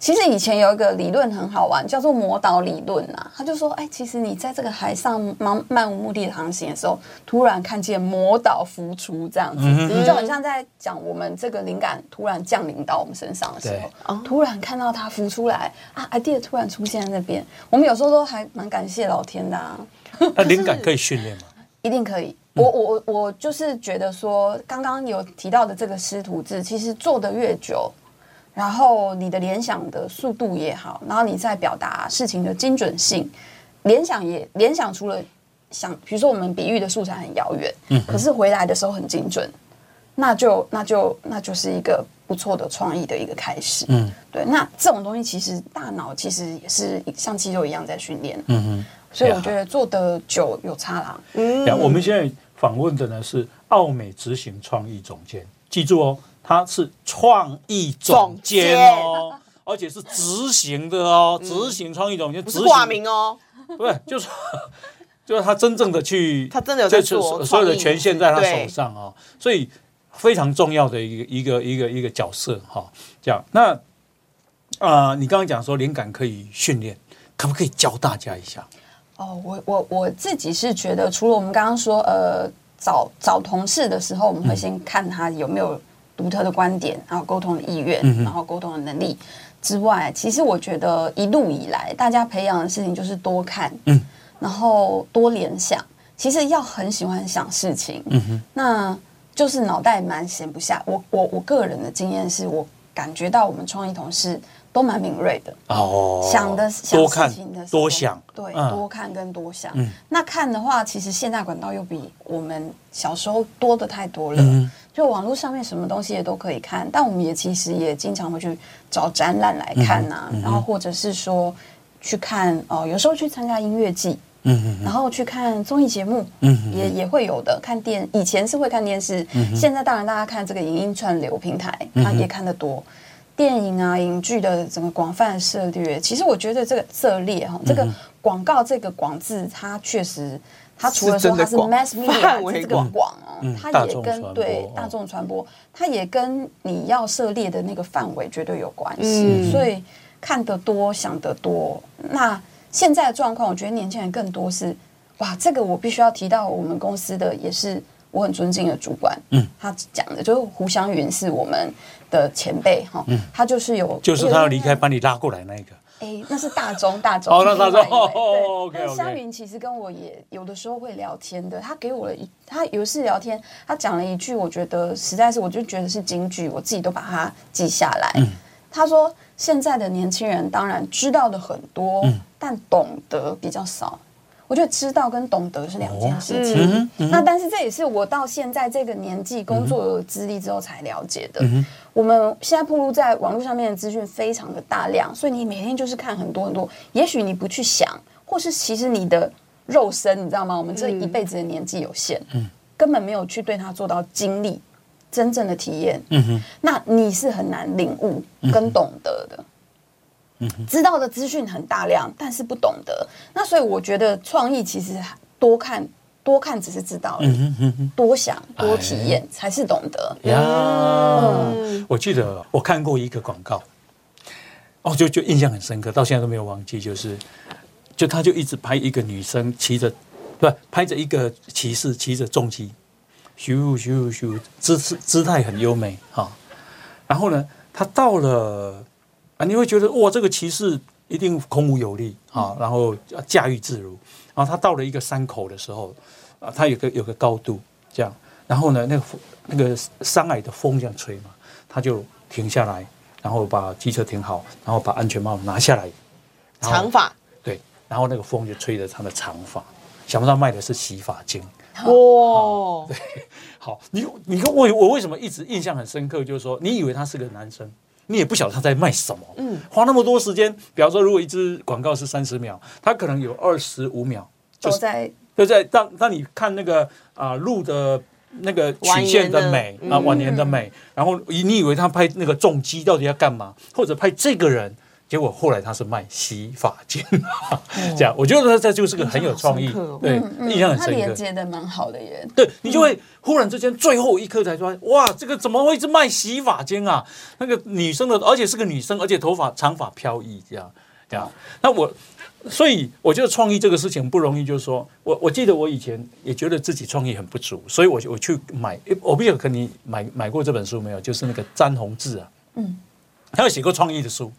[SPEAKER 3] 其实以前有一个理论很好玩，叫做魔导理论啊，他就说，哎，其实你在这个海上漫漫无目的的航行的时候，突然看见魔导浮出这样
[SPEAKER 2] 嗯
[SPEAKER 3] 子，就很像在讲我们这个灵感突然降临到我们身上的时
[SPEAKER 2] 对
[SPEAKER 3] 候，突然看到它浮出来啊，idea 突然出现在那边，我们有时候都还蛮感谢老天的啊。
[SPEAKER 2] 那灵感可以训练吗？
[SPEAKER 3] 一定可以。
[SPEAKER 2] 嗯
[SPEAKER 3] 我我我我就是觉得说，刚刚有提到的这个师徒制，其实做的越久，然后你的联想的速度也好，然后你在表达事情的精准性，联想也联想出了想，比如说我们比喻的素材很遥远，
[SPEAKER 2] 嗯
[SPEAKER 3] 可是回来的时候很精准，那就那就那就是一个不错的创意的一个开始。
[SPEAKER 2] 嗯
[SPEAKER 3] 对，那这种东西其实大脑其实也是像肌肉一样在训练，
[SPEAKER 2] 嗯哼。
[SPEAKER 3] 所以我觉得做的久有差啦。
[SPEAKER 2] 呀
[SPEAKER 1] 嗯
[SPEAKER 2] 我们现在访问的呢是奥美执行创意总监，记住哦，他是创意总监哦，而且是执行的哦，执行创意总监，
[SPEAKER 1] 嗯不
[SPEAKER 2] 执
[SPEAKER 1] 是
[SPEAKER 2] 行
[SPEAKER 1] 挂，名哦，
[SPEAKER 2] 不是，就是 [LAUGHS] 就是他真正的去，
[SPEAKER 1] 他真的有在
[SPEAKER 2] 就是
[SPEAKER 1] 做
[SPEAKER 2] 所
[SPEAKER 1] 创意
[SPEAKER 2] 所有的权限在他
[SPEAKER 1] 对
[SPEAKER 2] 手上哦，所以非常重要的一个一个一个一个角色哈、这样那啊、呃你刚刚讲说灵感可以训练，可不可以教大家一下？
[SPEAKER 3] 哦，我我我自己是觉得，除了我们刚刚说，呃，找找同事的时候，我们会先看他有没有独特的观点，然后沟通的意愿，然后沟通的能力之外，其实我觉得一路以来，大家培养的事情就是多看，
[SPEAKER 2] 嗯
[SPEAKER 3] 然后多联想。其实要很喜欢想事情，嗯哼，那就是脑袋蛮闲不下。我我我个人的经验是我感觉到我们创意同事都蛮敏锐的，
[SPEAKER 2] 哦，
[SPEAKER 3] 想的想
[SPEAKER 2] 多
[SPEAKER 3] 事
[SPEAKER 2] 看
[SPEAKER 3] 情的时候
[SPEAKER 2] 多想，
[SPEAKER 3] 对，
[SPEAKER 2] 嗯
[SPEAKER 3] 多看跟多想。那看的话，其实现在管道又比我们小时候多的太多了。
[SPEAKER 2] 嗯
[SPEAKER 3] 就网络上面什么东西也都可以看，但我们也其实也经常会去找展览来看呐、
[SPEAKER 2] 嗯
[SPEAKER 3] 然后或者是说去看哦、呃有时候去参加音乐季，
[SPEAKER 2] 嗯嗯
[SPEAKER 3] 然后去看综艺节目，
[SPEAKER 2] 嗯
[SPEAKER 3] 也也会有的。看电以前是会看电视，
[SPEAKER 1] 嗯
[SPEAKER 3] 现在当然大家看这个影音串流平台，它也看得多。电影啊、影剧的整个广泛涉略，其实我觉得这个策略哈，这个
[SPEAKER 1] 嗯
[SPEAKER 3] 广告这个广字，它确实，它除了
[SPEAKER 1] 是真
[SPEAKER 3] 说
[SPEAKER 1] 的
[SPEAKER 3] 它是
[SPEAKER 1] 广
[SPEAKER 3] mass
[SPEAKER 1] 范
[SPEAKER 3] media
[SPEAKER 1] 围
[SPEAKER 3] 是这个
[SPEAKER 1] 广
[SPEAKER 3] 广哦
[SPEAKER 2] 嗯，
[SPEAKER 3] 它
[SPEAKER 2] 大
[SPEAKER 3] 也
[SPEAKER 2] 众
[SPEAKER 3] 跟
[SPEAKER 2] 传
[SPEAKER 3] 对
[SPEAKER 2] 播
[SPEAKER 3] 大
[SPEAKER 2] 哦
[SPEAKER 3] 众传播，它也跟你要涉猎的那个范围绝对有关
[SPEAKER 1] 嗯
[SPEAKER 3] 系，所以看得多、想得多。那现在的状况，我觉得年轻人更多是哇，这个我必须要提到我们公司的也是我很尊敬的主管，嗯，他讲的就是胡湘云是我们的前辈哈，他就是有
[SPEAKER 2] 嗯就是他要离开，把你拉过来那一个，
[SPEAKER 3] 哎，那是大中大中，
[SPEAKER 2] 哦那大中
[SPEAKER 3] 另外一位对
[SPEAKER 2] 哦，OK，OK
[SPEAKER 3] 那湘云其实跟我也有的时候会聊天的，他给我了一，他有一次聊天，他讲了一句，我觉得实在是，我就觉得是金句，我自己都把它记下来。
[SPEAKER 2] 嗯
[SPEAKER 3] 他说现在的年轻人当然知道的很多，
[SPEAKER 2] 嗯
[SPEAKER 3] 但懂得比较少。我觉得知道跟懂得是两件事情。
[SPEAKER 2] 嗯
[SPEAKER 3] 那但是这也是我到现在这个年纪工作有资历之后才了解
[SPEAKER 2] 嗯
[SPEAKER 3] 的。我们现在暴露在网络上面的资讯非常的大量，所以你每天就是看很多很多，也许你不去想，或是其实你的肉身，你知道吗？我们这一辈子的年纪有限，
[SPEAKER 2] 嗯
[SPEAKER 3] 根本没有去对它做到经历真正的体验。
[SPEAKER 2] 嗯哼，
[SPEAKER 3] 那你是很难领悟跟懂得的。知道的资讯很大量，但是不懂得。那所以我觉得创意其实多看多看只是知道而已，
[SPEAKER 2] 嗯哼哎哼
[SPEAKER 3] 多想多体验才是懂得。
[SPEAKER 2] 呀！我记得我看过一个广告，哦，就就印象很深刻，到现在都没有忘记，就是就他就一直拍一个女生骑着，不拍着一个骑士骑着重机，咻咻咻，姿势姿态很优美哈、然后呢，他到了啊，你会觉得哇，这个骑士一定孔武有力啊，然后驾驭自如。然后他到了一个山口的时候，啊，他有个有个高度这样，然后呢，那个风那个山矮的风这样吹嘛，他就停下来，然后把机车停好，然后把安全帽拿下来，然后
[SPEAKER 1] 长发
[SPEAKER 2] 对，然后那个风就吹着他的长发，想不到卖的是洗发精。
[SPEAKER 1] 哇，
[SPEAKER 2] 好，你你看我我为什么一直印象很深刻，就是说你以为他是个男生，你也不晓得他在卖什么，嗯，花那么多时间，比方说如果一支广告是三十秒，他可能有二十五秒，就
[SPEAKER 3] 都
[SPEAKER 2] 是
[SPEAKER 3] 在
[SPEAKER 2] 就在让让你看那个啊、路的那个曲线的美
[SPEAKER 1] 蜿蜒的嗯
[SPEAKER 2] 啊蜿蜒的美，然后以你以为他拍那个重击到底要干嘛，或者拍这个人。结果后来他是卖洗发精， [LAUGHS] 这样我觉得这就是个很有创意
[SPEAKER 1] 哦印象好深刻哦，
[SPEAKER 2] 对，印象很
[SPEAKER 3] 嗯它
[SPEAKER 2] 深刻。
[SPEAKER 3] 连接的蛮好的耶。
[SPEAKER 2] 对你就会忽然之间最后一刻才说，哇，这个怎么会一直卖洗发精啊？那个女生的，而且是个女生，而且头发长发飘逸，这样这样。那我，所以我觉得创意这个事情不容易，就是说我我记得我以前也觉得自己创意很不足，所以我我去买，我不晓得跟你买买过这本书没有，就是那个詹宏志啊，嗯，他有写过创意的书，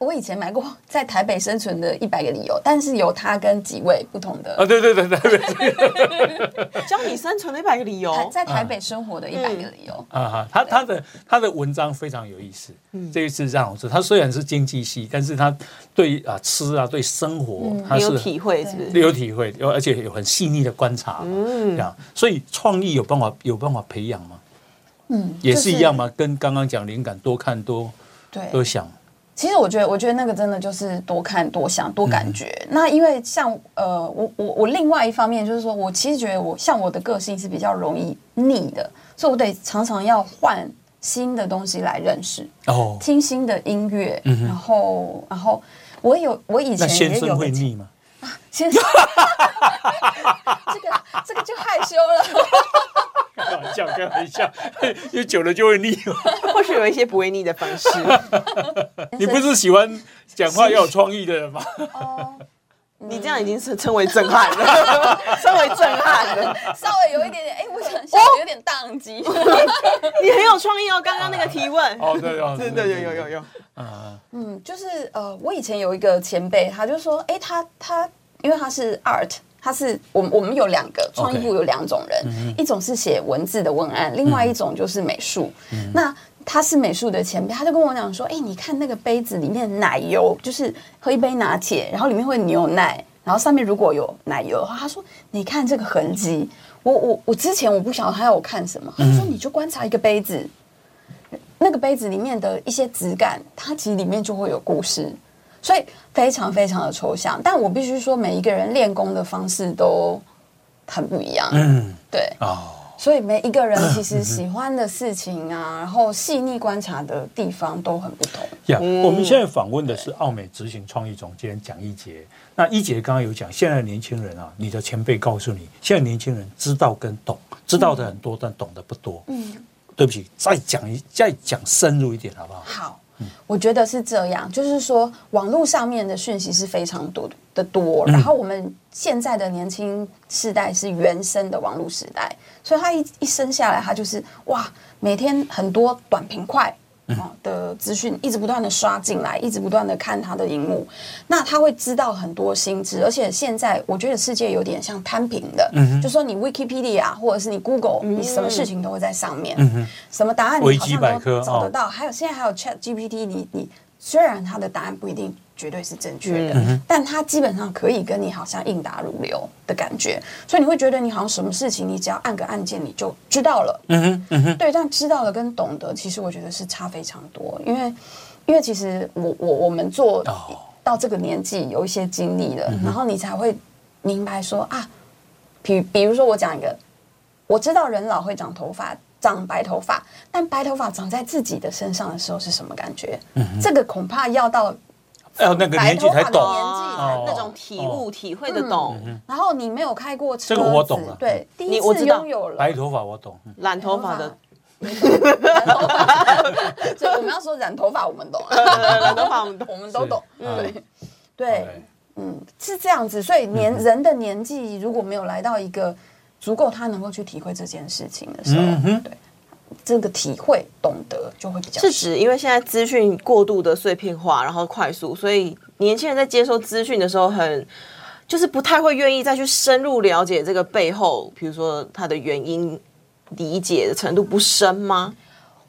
[SPEAKER 3] 我以前买过在台北生存的一百个理由，但是有它跟几位不同的
[SPEAKER 2] 啊，对对对对对，
[SPEAKER 1] 教你生存的一百个理由，
[SPEAKER 3] 台
[SPEAKER 2] 哦
[SPEAKER 3] 在台北生活的一百个理由。
[SPEAKER 2] 啊哈，他他的他的文章非常有意思。
[SPEAKER 1] 嗯
[SPEAKER 2] 这一次让我知道，他虽然是经济系，但是他对啊吃啊对生活，他
[SPEAKER 1] 你
[SPEAKER 2] 是
[SPEAKER 1] 嗯有体会是不是？
[SPEAKER 2] 有体会，有而且有很细腻的观察嘛。
[SPEAKER 1] 嗯
[SPEAKER 2] 这样，所以创意有办法有办法培养吗？
[SPEAKER 3] 嗯，
[SPEAKER 2] 也是
[SPEAKER 3] 就
[SPEAKER 2] 一样吗？跟刚刚讲灵感多看多
[SPEAKER 3] 对，
[SPEAKER 2] 多想，
[SPEAKER 3] 其实我觉得，我觉得那个真的就是多看、多想、多感觉。
[SPEAKER 2] 嗯
[SPEAKER 3] 那因为像呃，我我我另外一方面就是说，我其实觉得我像我的个性是比较容易腻的，所以我得常常要换新的东西来认识，
[SPEAKER 2] 哦，嗯
[SPEAKER 3] 听新的音乐，然后然后我有我以
[SPEAKER 2] 那
[SPEAKER 3] 前
[SPEAKER 2] 先
[SPEAKER 3] 也有
[SPEAKER 2] 生
[SPEAKER 3] 个
[SPEAKER 2] 会腻吗？ [LAUGHS]
[SPEAKER 3] 先生， [LAUGHS] 这个这个就害羞了。
[SPEAKER 2] 开玩笑，开玩笑，因为久了就会腻嘛。
[SPEAKER 1] 或许有一些不会腻的方 [LAUGHS] 式，
[SPEAKER 2] 你不是喜欢讲话要有创意的人吗？ [LAUGHS] 哦
[SPEAKER 1] 你这样已经是称为震撼了， [LAUGHS] 称为震撼了。
[SPEAKER 3] [LAUGHS] 稍微有一点点，哎、我想
[SPEAKER 2] 哦
[SPEAKER 3] 想有点宕机。
[SPEAKER 1] 你很有创意哦，刚刚那个提问，
[SPEAKER 2] 哦，对
[SPEAKER 1] [LAUGHS]
[SPEAKER 2] 哦，
[SPEAKER 1] 真的有有有有，
[SPEAKER 2] 啊，
[SPEAKER 3] 嗯，就是呃，我以前有一个前辈，他就说，哎、他他，因为他是 art，他是我们我们有两个创意
[SPEAKER 2] OK
[SPEAKER 3] 部有两种人一种是写文字的文案，另外一种就是美术。那他是美术的前辈，他就跟我讲说，哎、你看那个杯子里面奶油，就是喝一杯拿铁，然后里面会有牛奶，然后上面如果有奶油的话，他说，你看这个痕迹。我我我之前我不晓得他要我看什么，他说你就观察一个杯子，那个杯子里面的一些质感，它其实里面就会有故事，所以非常非常的抽象。但我必须说，每一个人练功的方式都很不一样，
[SPEAKER 2] 嗯，
[SPEAKER 3] 对，
[SPEAKER 2] 哦。
[SPEAKER 3] 所以每一个人其实喜欢的事情啊，然后细腻观察的地方都很不同。
[SPEAKER 2] 呀、我们现在访问的是奥美执行创意总监蒋一杰。那一杰刚刚有讲，现在的年轻人啊，你的前辈告诉你，现在年轻人知道跟懂，知道的很多，但懂得不多。
[SPEAKER 3] 嗯，
[SPEAKER 2] 对不起，再讲一再讲深入一点好不好？
[SPEAKER 3] 好，我觉得是这样，就是说网络上面的讯息是非常多的的多，然后我们现在的年轻世代是原生的网络时代，所以他一一生下来，他就是哇，每天很多短平快。哦的资讯一直不断的刷进来，一直不断的看他的荧幕，那他会知道很多新知，而且现在我觉得世界有点像摊平的，就说你 Wikipedia 啊或者是你 Google，、你什么事情都会在上面，什么答案你好
[SPEAKER 2] 维基百
[SPEAKER 3] 像
[SPEAKER 2] 科
[SPEAKER 3] 都找
[SPEAKER 2] 哦
[SPEAKER 3] 得到。还有现在还有 Chat GPT，你你虽然它的答案不一定绝对是正确的，
[SPEAKER 2] 嗯
[SPEAKER 3] 但它基本上可以跟你好像应答如流的感觉，所以你会觉得你好像什么事情你只要按个按键你就知道了。嗯哼，嗯哼，对，但知道了跟懂得，其实我觉得是差非常多，因为因为其实我我我们做
[SPEAKER 2] 哦嗯
[SPEAKER 3] 到这个年纪有一些经历了，然后你才会明白说啊，比比如说我讲一个，我知道人老会长头发，长白头发，但白头发长在自己的身上的时候是什么感觉？
[SPEAKER 2] 嗯
[SPEAKER 3] 这个恐怕要到
[SPEAKER 2] 哎呦，那个
[SPEAKER 3] 嗯白
[SPEAKER 2] 年纪
[SPEAKER 3] 头
[SPEAKER 2] 才
[SPEAKER 3] 发的年纪才
[SPEAKER 2] 懂。
[SPEAKER 1] 哦那种体悟、体会的懂，
[SPEAKER 3] 然后你没有开过车子，
[SPEAKER 2] 这个我懂了嗯啊
[SPEAKER 3] 对，第一
[SPEAKER 1] 你我
[SPEAKER 3] 次
[SPEAKER 1] 知道
[SPEAKER 3] 拥有了
[SPEAKER 2] 白头发我懂，嗯
[SPEAKER 1] 染头发的，
[SPEAKER 3] 染头
[SPEAKER 1] [LAUGHS]
[SPEAKER 3] 发，所以我们要说染头发，我们懂啊，
[SPEAKER 1] 呃染头发我们懂
[SPEAKER 3] 我们都懂，
[SPEAKER 2] 嗯
[SPEAKER 3] 对
[SPEAKER 2] 对
[SPEAKER 3] 对，，嗯，是这样子。所以年人的年纪如果没有来到一个足够他能够去体会这件事情的时
[SPEAKER 2] 嗯
[SPEAKER 3] 候，
[SPEAKER 2] 哼
[SPEAKER 3] 对这个体会懂得就会比较
[SPEAKER 1] 是指因为现在资讯过度的碎片化，然后快速，所以年轻人在接收资讯的时候很。就是不太会愿意再去深入了解这个背后，比如说它的原因，理解的程度不深吗？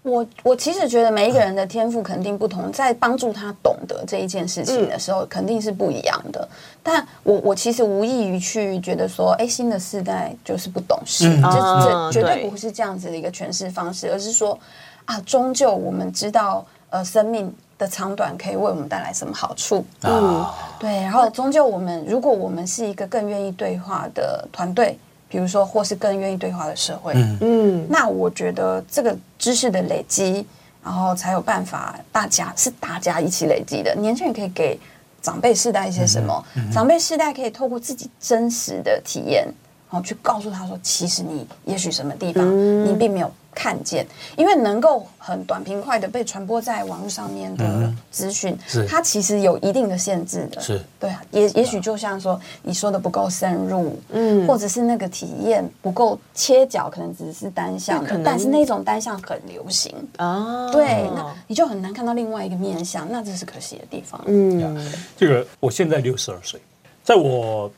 [SPEAKER 3] 我我其实觉得每一个人的天赋肯定不同，在帮助他懂得这一件事
[SPEAKER 2] 嗯
[SPEAKER 3] 情的时候，肯定是不一样的。但我我其实无异于去觉得说，哎，新的世代就是不懂事，
[SPEAKER 2] 嗯
[SPEAKER 3] 这
[SPEAKER 1] 啊
[SPEAKER 3] 这绝对
[SPEAKER 1] 对
[SPEAKER 3] 不是这样子的一个诠释方式，而是说啊，终究我们知道，呃，生命的长短可以为我们带来什么好处。
[SPEAKER 2] 啊，
[SPEAKER 3] 对，然后终究我们，如果我们是一个更愿意对话的团队，比如说，或是更愿意对话的社会，
[SPEAKER 2] 嗯
[SPEAKER 1] 嗯，
[SPEAKER 3] 那我觉得这个知识的累积，然后才有办法，大家是大家一起累积的。年轻人可以给长辈世代一些什么？
[SPEAKER 2] 嗯
[SPEAKER 3] 长辈世代可以透过自己真实的体验，然后去告诉他说，其实你也许什么地方、
[SPEAKER 1] 嗯
[SPEAKER 3] 你并没有看见，因为能够很短平快的被传播在网络上面的
[SPEAKER 2] 嗯
[SPEAKER 3] 资讯，
[SPEAKER 2] 是
[SPEAKER 3] 它其实有一定的限制的。
[SPEAKER 2] 是
[SPEAKER 3] 对啊，也也许就像说你说的不够深入，
[SPEAKER 1] 嗯
[SPEAKER 3] 或者是那个体验不够切角，可能只是单向
[SPEAKER 1] 那可
[SPEAKER 3] 的
[SPEAKER 1] 能，
[SPEAKER 3] 但是那种单向很流行。
[SPEAKER 1] 啊，
[SPEAKER 3] 对，那你就很难看到另外一个面向，那这是可惜的地方。
[SPEAKER 1] 嗯
[SPEAKER 2] 这个我现在六十二岁，在我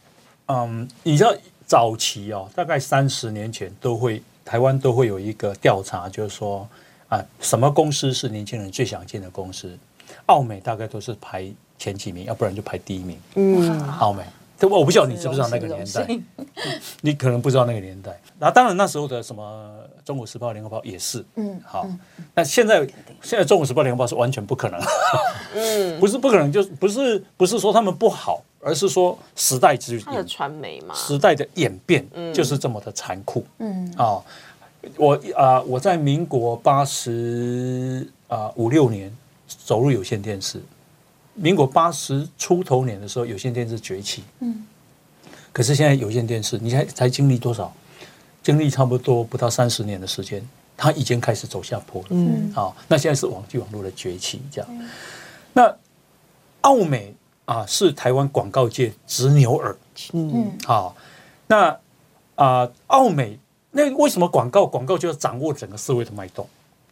[SPEAKER 2] 嗯，你知道早期哦，大概三十年前都会台湾都会有一个调查，就是说啊，什么公司是年轻人最想进的公司？澳美大概都是排前几名，要不然就排第一名。
[SPEAKER 1] 嗯，
[SPEAKER 2] 澳美，对我我不晓得你知不知道那个
[SPEAKER 3] 荣
[SPEAKER 2] 年
[SPEAKER 3] 幸
[SPEAKER 2] 代， [LAUGHS] 你可能不知道那个年代。那当然那时候的什么《中国时报》《联合报》也是，
[SPEAKER 3] 嗯
[SPEAKER 2] 好。那现在现在《中国时报》《联合报》是完全不可能， [LAUGHS] 嗯，不是不可能，就是不是不是说他们不好，而是说时代之
[SPEAKER 1] 他的传媒嘛，
[SPEAKER 2] 时代的演变就是这么的残酷，
[SPEAKER 3] 嗯
[SPEAKER 2] 啊。我啊、我在民国八十啊五六年走入有线电视，民国八十出头年的时候，有线电视崛起。
[SPEAKER 3] 嗯，
[SPEAKER 2] 可是现在有线电视，你才才经历多少？经历差不多不到三十年的时间，它已经开始走下坡了。
[SPEAKER 1] 嗯
[SPEAKER 2] 啊、那现在是网际网络的崛起，这样。
[SPEAKER 3] 嗯
[SPEAKER 2] 那澳美啊，是台湾广告界直牛耳。
[SPEAKER 1] 嗯
[SPEAKER 3] 嗯
[SPEAKER 2] 好，那啊、澳美那为什么广告广告就要掌握整个社会的脉动？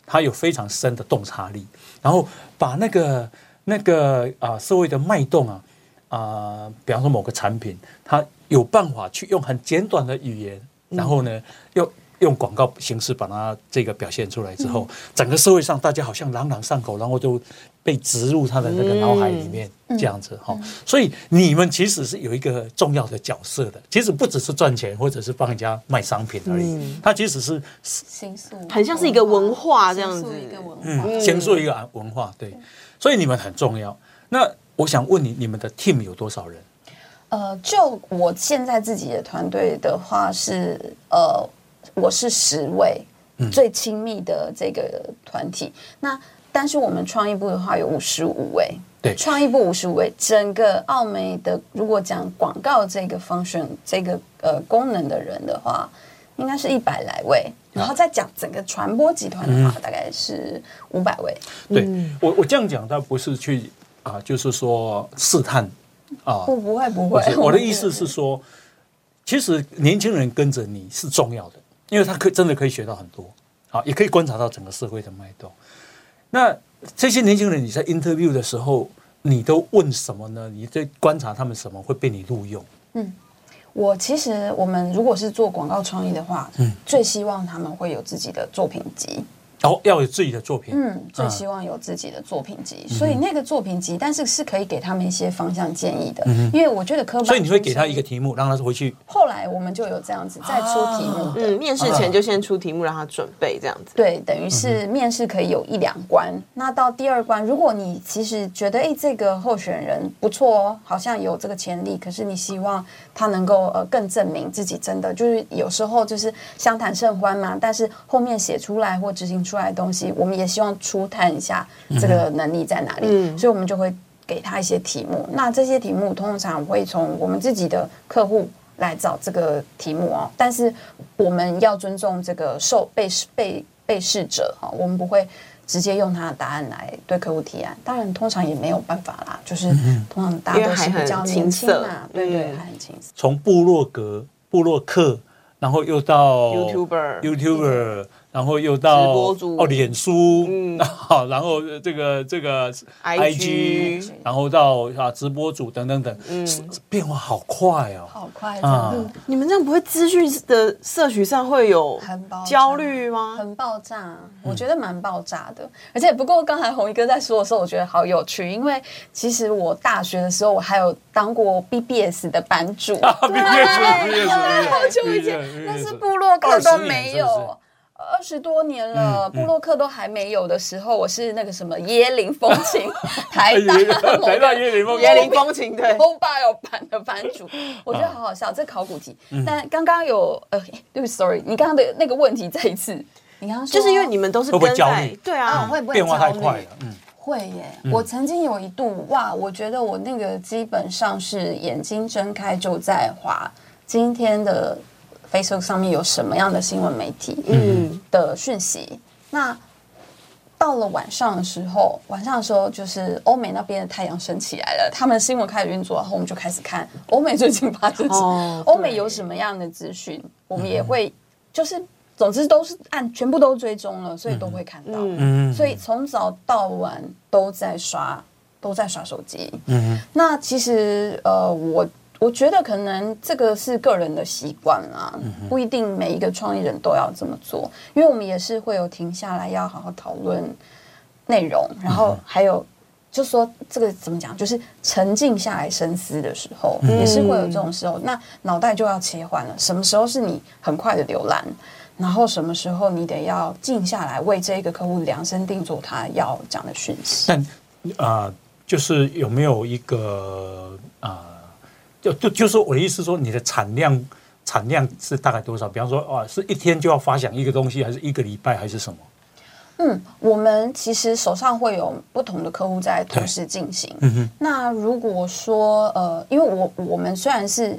[SPEAKER 2] 它有非常深的洞察力，然后把那个那个啊、社会的脉动啊啊、比方说某个产品，它有办法去用很简短的语言，然后呢用用广告形式把它这个表现出来之后，整个社会上大家好像朗朗上口，然后就被植入他的那个脑海里面。这样子哈、所以你们其实是有一个重要的角色的，其实不只是赚钱或者是帮人家卖商品而已，它其实是
[SPEAKER 3] 新宿
[SPEAKER 1] 很像是一个文化这样子
[SPEAKER 3] 新嗯宿一个文化。
[SPEAKER 2] 嗯形塑一个文化，对，所以你们很重要。那我想问你，你们的 team 有多少人？
[SPEAKER 3] 呃，就我现在自己的团队的话是，呃，我是十位
[SPEAKER 2] 嗯
[SPEAKER 3] 最亲密的这个团体。那但是我们创意部的话有五十五位，
[SPEAKER 2] 对
[SPEAKER 3] 创意部五十五位，整个澳美的如果讲广告这个 function 这个呃功能的人的话，应该是一百来位。然后
[SPEAKER 2] 啊
[SPEAKER 3] 再讲整个传播集团
[SPEAKER 2] 嗯
[SPEAKER 3] 的话，大概是五百位。
[SPEAKER 2] 对
[SPEAKER 3] 嗯
[SPEAKER 2] 我我这样讲，倒不是去啊、就是说试探啊，
[SPEAKER 3] 不，不会，
[SPEAKER 2] 不
[SPEAKER 3] 不会
[SPEAKER 2] 是。我的意思是说，其实年轻人跟着你是重要的，因为他可真的可以学到很多，啊，也可以观察到整个社会的脉动。那这些年轻人，你在 interview 的时候，你都问什么呢？你在观察他们什么会被你录用？
[SPEAKER 3] 我其实我们如果是做广告创意的话，
[SPEAKER 2] 嗯
[SPEAKER 3] 最希望他们会有自己的作品集，
[SPEAKER 2] 然后要有自己的作品，啊
[SPEAKER 3] 嗯，最希望有自己的作品
[SPEAKER 2] 嗯
[SPEAKER 3] 集，所以那个作品集，但是是可以给他们一些方向建议的，因为我觉得科
[SPEAKER 2] 嗯
[SPEAKER 3] 班，
[SPEAKER 2] 所以你会给他一个。题目，让他回去
[SPEAKER 3] 后来我们就有这样子再出题目
[SPEAKER 2] 啊
[SPEAKER 3] 的，
[SPEAKER 1] 嗯，面试前就先出题目让他准备这样子，嗯
[SPEAKER 3] 对，等于是面试可以有一两关。那到第二关，如果你其实觉得哎、诶这个候选人不错哦，好像有这个潜力，可是你希望他能够呃更证明自己真的就是有时候就是相谈甚欢嘛，但是后面写出来或执行出来的东西，我们也希望初探一下这个能力在哪里，
[SPEAKER 1] 嗯
[SPEAKER 3] 所以我们就会给他一些题目。那这些题目通常我会从我们自己的客户来找这个题目哦，但是我们要尊重这个受被被被试者哈、哦，我们不会直接用他的答案来对客户提案。当然，通常也没有办法啦，就是通常大家都是比
[SPEAKER 1] 因为还
[SPEAKER 3] 较年轻嘛
[SPEAKER 1] 很青涩，
[SPEAKER 3] 对对，
[SPEAKER 1] 嗯
[SPEAKER 3] 还很青涩。
[SPEAKER 2] 从部落格、部落客，然后又到
[SPEAKER 1] YouTuber
[SPEAKER 3] 嗯
[SPEAKER 2] YouTuber，然后又到
[SPEAKER 1] 直播主
[SPEAKER 2] 哦，脸书， [LAUGHS] 然后然后这个这个
[SPEAKER 1] IG
[SPEAKER 2] 然后到啊直播主等等等，是变化好快哦，
[SPEAKER 3] 嗯好快，真
[SPEAKER 2] 啊
[SPEAKER 3] 的
[SPEAKER 1] 你们这样不会资讯的摄取上会有
[SPEAKER 3] 很爆炸
[SPEAKER 1] 焦虑吗？
[SPEAKER 3] 很爆炸，
[SPEAKER 2] 嗯
[SPEAKER 3] 我觉得蛮爆炸的。而且不过刚才红衣哥在说的时候，我觉得好有趣，因为其实我大学的时候，我还有当过 BBS 的班主，
[SPEAKER 2] [LAUGHS] 啊，毕业是毕业是，
[SPEAKER 3] 好久以
[SPEAKER 2] 毕业毕
[SPEAKER 3] 前，
[SPEAKER 2] 业
[SPEAKER 3] 但是部落客都没
[SPEAKER 2] 20年是不是
[SPEAKER 3] 有。二十多年了，
[SPEAKER 2] 嗯嗯
[SPEAKER 3] 部落客都还没有的时候，我是那个什么椰林风
[SPEAKER 2] [LAUGHS]
[SPEAKER 3] 情台大某
[SPEAKER 2] 来到
[SPEAKER 3] 个
[SPEAKER 2] 哎椰林风
[SPEAKER 1] 椰林风情 [LAUGHS] 对，
[SPEAKER 3] mobile 版的版
[SPEAKER 1] [LAUGHS]
[SPEAKER 3] 主，我觉得好好笑，这考古题。
[SPEAKER 1] 嗯
[SPEAKER 3] 但刚刚有呃，对不起，sorry，你刚刚的那个问题再一次，你刚刚说
[SPEAKER 1] 就是因为你们都是
[SPEAKER 2] 会不会
[SPEAKER 1] 跟
[SPEAKER 2] 焦
[SPEAKER 1] 在
[SPEAKER 2] 虑
[SPEAKER 1] 对
[SPEAKER 3] 啊，
[SPEAKER 1] 啊，
[SPEAKER 3] 会不会
[SPEAKER 2] 变化太
[SPEAKER 3] 焦虑
[SPEAKER 2] 快了，嗯，
[SPEAKER 3] 会耶，我曾经有一度哇，我觉得我那个基本上是眼睛睁开就在滑今天的 Facebook 上面有什么样的新闻媒体
[SPEAKER 1] 嗯
[SPEAKER 3] 的讯息。那到了晚上的时候，晚上的时候就是欧美那边的太阳升起来了，他们新闻开始运作，然后我们就开始看欧美最近发生什
[SPEAKER 1] 哦
[SPEAKER 3] 么， [LAUGHS] 欧、美有什么样的资讯，我们也会就是总之都是按全部都追踪了，所以都会看到。
[SPEAKER 1] 嗯
[SPEAKER 2] 嗯，
[SPEAKER 3] 所以从早到晚都在刷，都在刷手机。
[SPEAKER 2] 嗯
[SPEAKER 3] 那其实呃，我我觉得可能这个是个人的习惯啦，
[SPEAKER 2] 嗯
[SPEAKER 3] 不一定每一个创意人都要这么做，因为我们也是会有停下来要好好讨论内容，然
[SPEAKER 2] 嗯
[SPEAKER 3] 后还有。就说这个怎么讲，就是沉静下来深思的时候，
[SPEAKER 2] 嗯
[SPEAKER 3] 也是会有这种时候。那脑袋就要切换了，什么时候是你很快的浏览，然后什么时候你得要静下来，为这一个客户量身定做他要讲的讯息。
[SPEAKER 2] 但啊、就是有没有一个啊、就就就是我的意思说，你的产量产量是大概多少？比方说啊，是一天就要发想一个东西，还是一个礼拜，还是什么？
[SPEAKER 3] 嗯，我们其实手上会有不同的客户在同时进行。
[SPEAKER 2] 嗯哼
[SPEAKER 3] 那如果说呃，因为我我们虽然是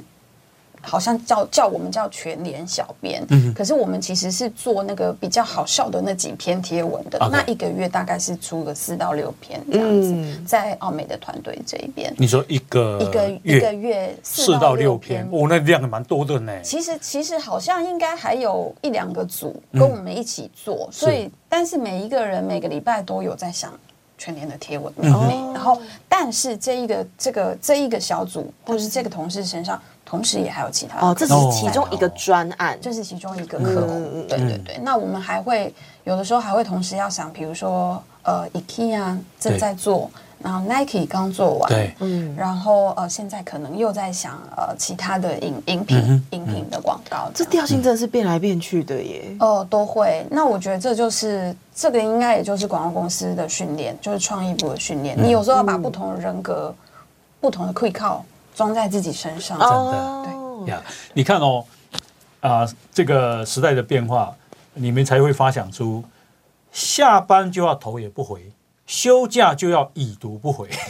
[SPEAKER 3] 好像叫叫我们叫全联小编，
[SPEAKER 2] 嗯
[SPEAKER 3] 可是我们其实是做那个比较好笑的那几篇贴文的。
[SPEAKER 2] OK
[SPEAKER 3] 那一个月大概是出个四到六篇这样子，
[SPEAKER 2] 嗯
[SPEAKER 3] 在奥美的团队这一边，
[SPEAKER 2] 你说一个
[SPEAKER 3] 一个一个月
[SPEAKER 2] 呃四
[SPEAKER 3] 四
[SPEAKER 2] 到
[SPEAKER 3] 到
[SPEAKER 2] 六
[SPEAKER 3] 六
[SPEAKER 2] 篇
[SPEAKER 3] 篇，。
[SPEAKER 2] 哦，那量也蛮多的呢。
[SPEAKER 3] 其实其实好像应该还有一两个组跟我们一起做，所以但是每一个人每个礼拜都有在想全年的贴文内容、
[SPEAKER 1] 哦
[SPEAKER 3] 然后但是这一个这个这一个小组或者是这个同事身上，同时也还有其他
[SPEAKER 1] 哦，这只是其
[SPEAKER 2] 哦
[SPEAKER 1] 中一个专案，
[SPEAKER 3] 这是其中一个客户，
[SPEAKER 1] 嗯
[SPEAKER 3] 对对对。那我们还会有的时候还会同时要想，比如说呃，IKEA 正在做，然后 Nike 刚做完，
[SPEAKER 2] 对
[SPEAKER 1] 嗯
[SPEAKER 3] 然后呃，现在可能又在想呃其他的饮饮品、饮品的广告样，
[SPEAKER 1] 这调性真的是变来变去的耶。
[SPEAKER 3] 哦，都会。那我觉得这就是这个，应该也就是广告公司的训练，就是创意部的训练。你有时候要把不同的人格、不同的 quick call 装在自己身上。
[SPEAKER 2] 的
[SPEAKER 1] 哦，
[SPEAKER 2] 呀你看哦，啊、这个时代的变化，你们才会发想出下班就要头也不回，休假就要已读不回， [LAUGHS]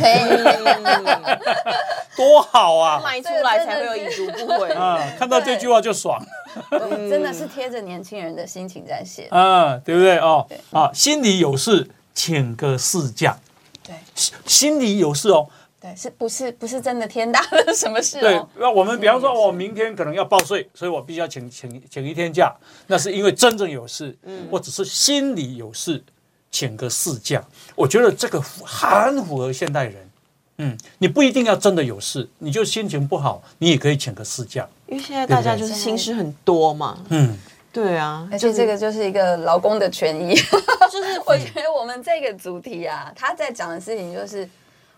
[SPEAKER 2] 多好啊！
[SPEAKER 1] 卖出来才会有已读不回。
[SPEAKER 2] 啊，看到这句话就爽
[SPEAKER 3] 对真的是贴着年轻人的心情在写。
[SPEAKER 1] 嗯
[SPEAKER 2] 啊，对不对哦？啊，心里有事请个事假，
[SPEAKER 3] 对
[SPEAKER 2] 心心里有事哦。
[SPEAKER 3] 对，是不是不是真的天大的什么事
[SPEAKER 2] 对
[SPEAKER 3] 哦？，
[SPEAKER 2] 那我们比方说，我明天可能要报税，所以我必须要请请请一天假，那是因为真正有事，我只是心里有事，请个事假。我觉得这个很符合现代人。嗯，你不一定要真的有事，你就心情不好，你也可以请个事假。
[SPEAKER 1] 因为现在大家就是心思很多嘛。
[SPEAKER 2] 嗯，
[SPEAKER 1] 对啊，
[SPEAKER 3] 而且这个就是一个劳工的权 [LAUGHS] 益。
[SPEAKER 1] 就是
[SPEAKER 3] 我觉得我们这个主题啊，他在讲的事情就是，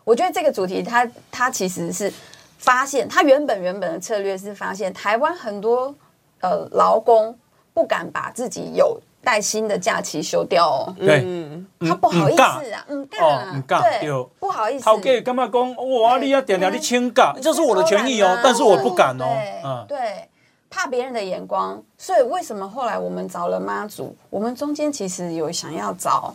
[SPEAKER 3] 我觉得这个主题它它其实是发现，它原本原本的策略是发现台湾很多呃劳工不敢把自己有带薪的假期休掉哦，
[SPEAKER 2] 对。
[SPEAKER 1] 嗯，
[SPEAKER 3] 他不好意
[SPEAKER 2] 嗯
[SPEAKER 3] 思啊，嗯干
[SPEAKER 2] 哦嗯
[SPEAKER 3] 啊，
[SPEAKER 2] 干对
[SPEAKER 3] 对，不好意思，
[SPEAKER 2] 好给干嘛讲？哇，
[SPEAKER 3] 对
[SPEAKER 2] 你啊要点点你请假，
[SPEAKER 3] 你
[SPEAKER 2] 这是我的权益
[SPEAKER 3] 偷懒
[SPEAKER 2] 哦
[SPEAKER 3] 啊，
[SPEAKER 2] 但是我不敢哦
[SPEAKER 3] 对。
[SPEAKER 2] 嗯，
[SPEAKER 3] 对，怕别人的眼光，所以为什么后来我们找了妈祖？我们中间其实有想要找。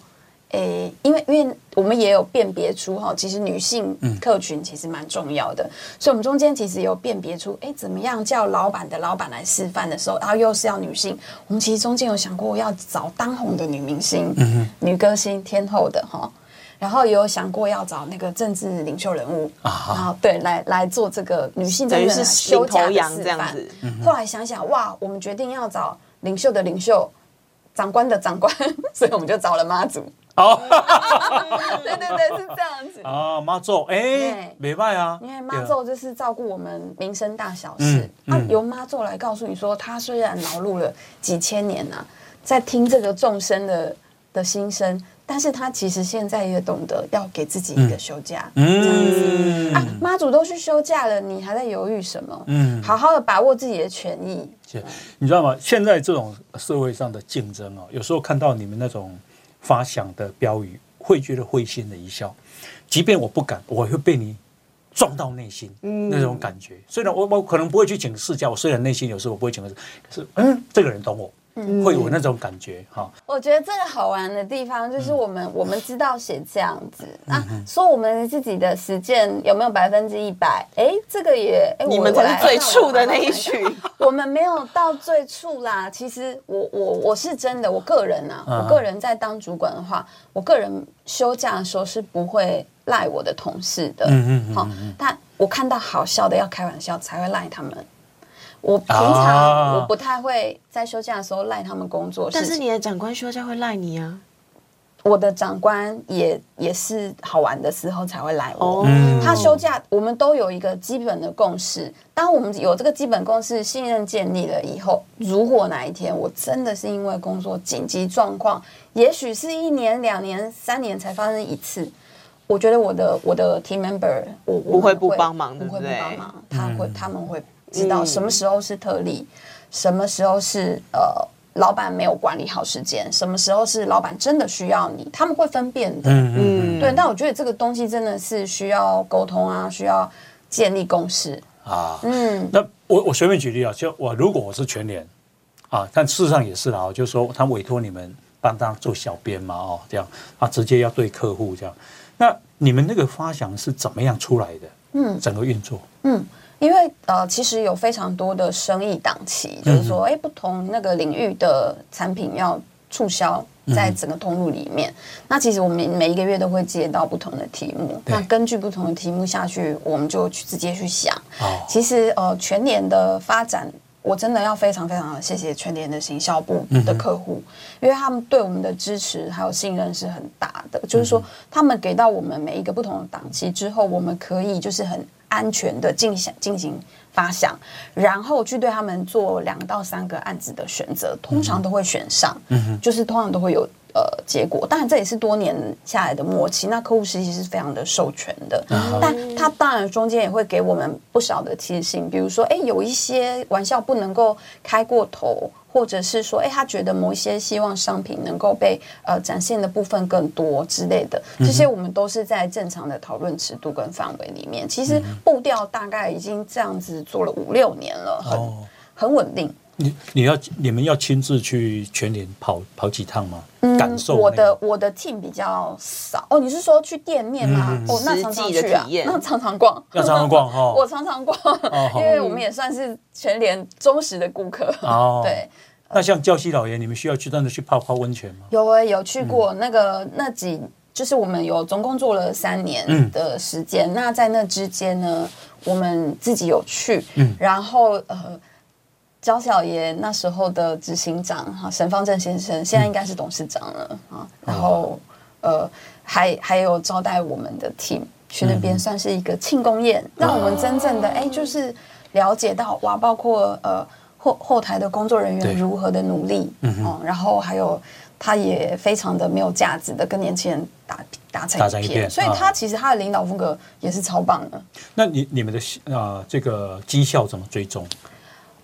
[SPEAKER 3] 诶，因为因为我们也有辨别出哈，其实女性
[SPEAKER 1] 嗯
[SPEAKER 3] 客群其实蛮重要的，所以我们中间其实有辨别出，诶，怎么样叫老板的老板来示范的时候，然后又是要女性，我们其实中间有想过要找当红的女明星、
[SPEAKER 1] 嗯
[SPEAKER 3] 女歌星、天后的哈，然后也有想过要找那个政治领袖人物啊，然后对来来做这个女性
[SPEAKER 1] 等于是
[SPEAKER 3] 休
[SPEAKER 1] 领
[SPEAKER 3] 假
[SPEAKER 1] 头
[SPEAKER 3] 的
[SPEAKER 1] 羊
[SPEAKER 3] 示
[SPEAKER 1] 这样
[SPEAKER 3] 范
[SPEAKER 1] 子。嗯
[SPEAKER 3] 后来想想，哇，我们决定要找领袖的领袖长官的长官， [LAUGHS] 所以我们就找了妈祖。
[SPEAKER 2] 好
[SPEAKER 3] [LAUGHS] 对对对，是这样子。
[SPEAKER 2] 啊，妈祖，哎
[SPEAKER 3] 对，
[SPEAKER 2] 没卖啊，
[SPEAKER 3] 因为妈祖就是照顾我们民生大小
[SPEAKER 2] 嗯
[SPEAKER 3] 事，那、
[SPEAKER 2] 嗯
[SPEAKER 3] 由妈祖来告诉你说，他虽然劳碌了几千年啊，在听这个众生的的心声，但是他其实现在也懂得要给自己一个休假。
[SPEAKER 2] 嗯
[SPEAKER 3] 啊，妈祖都去休假了，你还在犹豫什么？
[SPEAKER 2] 嗯
[SPEAKER 3] 好好的把握自己的权益。
[SPEAKER 2] 是，你知道吗？现在这种社会上的竞争哦，有时候看到你们那种发响的标语，会觉得会心的一笑。即便我不敢，我会被你撞到内心，
[SPEAKER 3] 嗯
[SPEAKER 2] 那种感觉。虽然我我可能不会去请示家，我虽然内心有时候我不会请示，可是嗯，这个人懂我，
[SPEAKER 3] 嗯
[SPEAKER 2] 会有那种感觉哈。
[SPEAKER 3] 我觉得这个好玩的地方
[SPEAKER 1] 嗯
[SPEAKER 3] 就是我们、我们知道写这样子，那、说我们自己的实践有没有百分之一百？哎，这个也，哎，
[SPEAKER 1] 你
[SPEAKER 3] 我
[SPEAKER 1] 们
[SPEAKER 3] 我
[SPEAKER 1] 才
[SPEAKER 3] 来
[SPEAKER 1] 是最
[SPEAKER 3] 看
[SPEAKER 1] 处
[SPEAKER 3] 我
[SPEAKER 1] 的
[SPEAKER 3] 来
[SPEAKER 1] 那一
[SPEAKER 3] 看
[SPEAKER 1] 群。
[SPEAKER 3] [LAUGHS] 我们没有到最处啦。其实我我我是真的，我个人啊，
[SPEAKER 2] 嗯
[SPEAKER 3] 我个人在当主管的话，我个人休假的时候是不会赖我的同事的。
[SPEAKER 2] 嗯嗯嗯
[SPEAKER 3] 好、但我看到好笑的要开玩笑才会赖他们。我平
[SPEAKER 2] 啊
[SPEAKER 3] 常我不太会在休假的时候赖他们工作事
[SPEAKER 1] 但
[SPEAKER 3] 情，
[SPEAKER 1] 是你的长官休假会赖你啊。
[SPEAKER 3] 我的长官也也是好玩的时候才会来我。
[SPEAKER 1] 哦
[SPEAKER 2] 嗯，
[SPEAKER 3] 他休假，我们都有一个基本的共识。当我们有这个基本共识，信任建立了以后，如果哪一天我真的是因为工作紧急状况，也许是一年、两年、三年才发生一次，我觉得我的我的 team member 我我
[SPEAKER 1] 不会
[SPEAKER 3] 们
[SPEAKER 1] 不帮忙
[SPEAKER 3] 不
[SPEAKER 1] 对
[SPEAKER 3] 会不
[SPEAKER 1] 不对嗯
[SPEAKER 3] 帮忙，他会他们会知道什么时候是特例，什么时候是呃。老板没有管理好时间，什么时候是老板真的需要你，他们会分辨
[SPEAKER 2] 嗯
[SPEAKER 3] 的。
[SPEAKER 2] 嗯
[SPEAKER 1] 嗯，
[SPEAKER 3] 对，但我觉得这个东西真的是需要沟通啊，需要建立共识。
[SPEAKER 2] 啊，
[SPEAKER 3] 嗯，
[SPEAKER 2] 那我我随便举例啊，就我如果我是全联啊，但事实上也是啦，就是说他委托你们帮他做小编嘛，哦，这样啊，直接要对客户这样。那你们那个发想是怎么样出来的？嗯，整个运作，
[SPEAKER 3] 因为呃，其实有非常多的生意档期，就是说，哎、不同那个领域的产品要促销。在整个通路里面，那其实我们每一个月都会接到不同的题目，
[SPEAKER 2] 对
[SPEAKER 3] 那根据不同的题目下去，我们就去直接去想。
[SPEAKER 2] 哦
[SPEAKER 3] 其实呃，全年的发展，我真的要非常非常的谢谢全年的行销部的客户，因为他们对我们的支持还有信任是很大的。就是说，他们给到我们每一个不同的档期之后，我们可以就是很安全的进行进行发想，然后去对他们做两到三个案子的选择，通常都会选上，就是通常都会有。呃，结果当然这也是多年下来的默契。那客户实际是非常的授权的，但他当然中间也会给我们不少的提醒，比如说，哎，有一些玩笑不能够开过头，或者是说，哎，他觉得某一些希望商品能够被呃展现的部分更多之类的，
[SPEAKER 2] 嗯
[SPEAKER 3] 这些我们都是在正常的讨论尺度跟范围里面。
[SPEAKER 2] 嗯
[SPEAKER 3] 其实步调大概已经这样子做了五六年了，很、
[SPEAKER 2] 哦
[SPEAKER 3] 很稳定。
[SPEAKER 2] 你你要你们要亲自去全联跑跑几趟吗？感受
[SPEAKER 3] 嗯我
[SPEAKER 2] 那个
[SPEAKER 3] 的我的 team 比较少哦，你是说去店面吗？哦，那常常
[SPEAKER 1] 实际的
[SPEAKER 3] 去啊
[SPEAKER 1] 体验，
[SPEAKER 3] 那常常逛，
[SPEAKER 2] 嗯要常常逛哈
[SPEAKER 3] [LAUGHS] 我常常逛，
[SPEAKER 2] 好
[SPEAKER 3] 因为我们也算是全联忠实的顾客。
[SPEAKER 2] 哦
[SPEAKER 3] 对，
[SPEAKER 2] 那像教西老爷，你们需要去真的去泡泡温泉吗？
[SPEAKER 3] 有诶、有去过那个那几，就是我们有总共做了三年的时间。那在那之间呢，我们自己有去，
[SPEAKER 2] 嗯
[SPEAKER 3] 然后呃。焦小爷那时候的执行长哈，沈方正先生现在应该是董事长了
[SPEAKER 2] 哦
[SPEAKER 3] 啊，然后呃，还还有招待我们的 team 去那边，算是一个庆功宴，让我们真正
[SPEAKER 2] 哦
[SPEAKER 3] 的哎，就是了解到哇，包括呃后后台的工作人
[SPEAKER 2] 对嗯
[SPEAKER 3] 员如何的努力，哦，然后还有他也非常的没有价值的跟年轻人打
[SPEAKER 2] 打
[SPEAKER 3] 打成
[SPEAKER 2] 成一
[SPEAKER 3] 一
[SPEAKER 2] 片
[SPEAKER 3] 片，所以
[SPEAKER 2] 啊
[SPEAKER 3] 他其实他的领导风格也是超棒的。
[SPEAKER 2] 那你你们的呃这个绩效怎么追踪？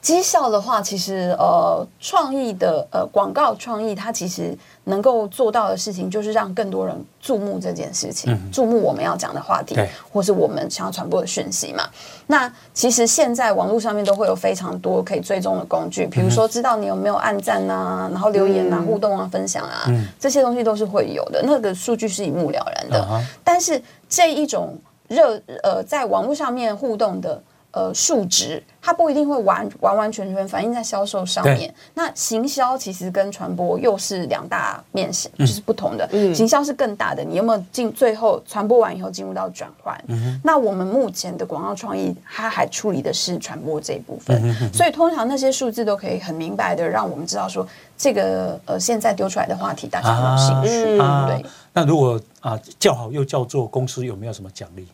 [SPEAKER 3] 绩效的话，其实呃，创意的呃广告创意，它其实能够做到的事情，就是让更多人注目这件事情，注目我们要讲的话题
[SPEAKER 2] 对，
[SPEAKER 3] 或是我们想要传播的讯息嘛。那其实现在网络上面都会有非常多可以追踪的工具，比
[SPEAKER 2] 嗯
[SPEAKER 3] 如说知道你有没有按赞啊，然后留言啊、互动啊、分享啊，
[SPEAKER 2] 嗯
[SPEAKER 3] 这些东西都是会有的。那个数据是一目了然的。
[SPEAKER 2] 啊哈
[SPEAKER 3] 但是这一种热呃，在网络上面互动的呃数值，它不一定会完完完全全反映在销售上面。那行销其实跟传播又是两大面向，
[SPEAKER 2] 嗯
[SPEAKER 3] 就是不同的。行销是更大的，你有没有进最后传播完以后进入到转换？
[SPEAKER 2] 嗯
[SPEAKER 3] 那我们目前的广告创意，它还处理的是传播这一部
[SPEAKER 2] 嗯
[SPEAKER 3] 分，所以通常那些数字都可以很明白的让我们知道说，这个呃现在丢出来的话题大家有没有兴趣？
[SPEAKER 1] 嗯
[SPEAKER 2] 啊
[SPEAKER 3] 对，
[SPEAKER 2] 那如果啊叫好又叫座，公司有没有什么奖励？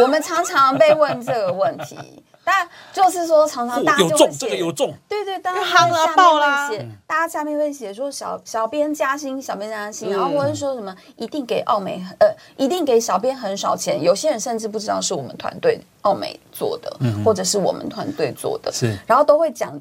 [SPEAKER 3] 我们常常被问这个问题，但就是说常常啊大家
[SPEAKER 2] 有
[SPEAKER 3] 就
[SPEAKER 2] 中
[SPEAKER 3] 会，
[SPEAKER 2] 这个
[SPEAKER 3] 写，
[SPEAKER 2] 有中，
[SPEAKER 3] 对对，当然
[SPEAKER 1] 因为夯了啊
[SPEAKER 3] 下面
[SPEAKER 1] 爆啦
[SPEAKER 3] 会写，
[SPEAKER 2] 嗯
[SPEAKER 3] 大家下面会写说小小编加薪，小编加
[SPEAKER 1] 嗯
[SPEAKER 3] 薪，然后或者说什么一定给奥美很呃，一定给小编很少钱，有些人甚至不知道是我们团队奥美做的，或者是我们团队做的，
[SPEAKER 2] 嗯是
[SPEAKER 3] 然后都会讲。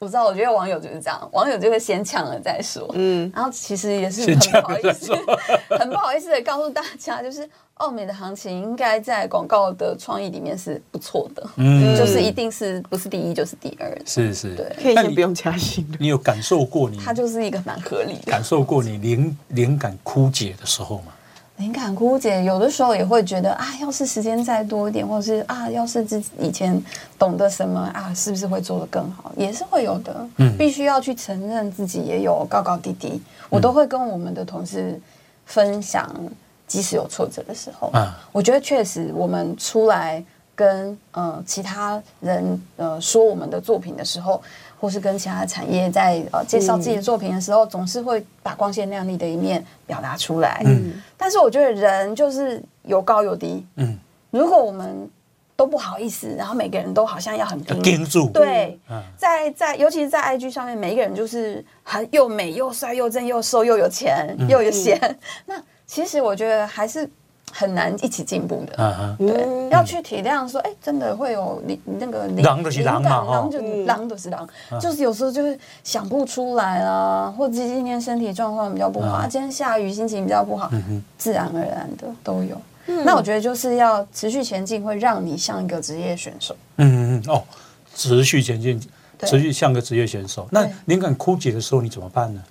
[SPEAKER 3] 我知道，我觉得网友就是这样，网友就会先抢了再说，嗯，然后其实也是很
[SPEAKER 2] 先抢
[SPEAKER 3] 不好
[SPEAKER 2] 了
[SPEAKER 3] 意
[SPEAKER 2] 再
[SPEAKER 3] 思
[SPEAKER 2] 说，
[SPEAKER 3] [LAUGHS] 很不好意思的告诉大家，就是奥美的行情应该在广告的创意里面是不错的，
[SPEAKER 2] 嗯
[SPEAKER 3] 就是一定是不是第一就是第二，
[SPEAKER 2] 是是，
[SPEAKER 3] 对
[SPEAKER 1] 可以
[SPEAKER 2] 那
[SPEAKER 1] 先
[SPEAKER 2] 你
[SPEAKER 1] 不用加薪的。
[SPEAKER 2] 你有感受过你
[SPEAKER 3] 它就是一个蛮合理的。
[SPEAKER 2] 感受过你灵灵感枯竭的时候吗？
[SPEAKER 3] 灵感枯竭，有的时候也会觉得啊，要是时间再多一点，或者是啊，要是自己以前懂得什么啊，是不是会做得更好，也是会有的。嗯，必须要去承认自己也有高高低低，我都会跟我们的同事分享，即使有挫折的时候，
[SPEAKER 2] 啊
[SPEAKER 3] 我觉得确实我们出来跟呃其他人呃说我们的作品的时候。或是跟其他产业在呃介绍自己的作品的时候，总是会把光鲜亮丽的一面表达出来。嗯，但是我觉得人就是有高有低。
[SPEAKER 2] 嗯，
[SPEAKER 3] 如果我们都不好意思，然后每个人都好像要很
[SPEAKER 2] 要
[SPEAKER 3] 拼，
[SPEAKER 2] 盯住，
[SPEAKER 3] 对，
[SPEAKER 2] 嗯
[SPEAKER 3] 在在尤其是在 IG 上面，每一个人就是很又美又帅又正又瘦又有钱
[SPEAKER 2] 嗯
[SPEAKER 3] 又有闲。 [LAUGHS] 那其实我觉得还是很难一起进步的。
[SPEAKER 2] 啊啊，
[SPEAKER 3] 对
[SPEAKER 1] 嗯，
[SPEAKER 3] 要去体谅说，哎、真的会有你那个灵
[SPEAKER 2] 狼就是
[SPEAKER 3] 灵
[SPEAKER 2] 狼
[SPEAKER 3] 感
[SPEAKER 2] 嘛
[SPEAKER 3] 狼
[SPEAKER 2] 哦
[SPEAKER 3] 就
[SPEAKER 1] 嗯
[SPEAKER 3] 狼就是狼，就是有时候就是想不出来啦，或者今天身体状况比较不
[SPEAKER 2] 嗯
[SPEAKER 3] 好，啊今天下雨心情比较不好，自然而然的都有。
[SPEAKER 2] 嗯
[SPEAKER 3] 那我觉得就是要持续前进，会让你像一个职业选手。
[SPEAKER 2] 嗯嗯嗯哦，持续前进，
[SPEAKER 3] 对
[SPEAKER 2] 持续像个职业选手。那
[SPEAKER 3] 对嗯
[SPEAKER 2] 灵感枯竭的时候你怎么办呢？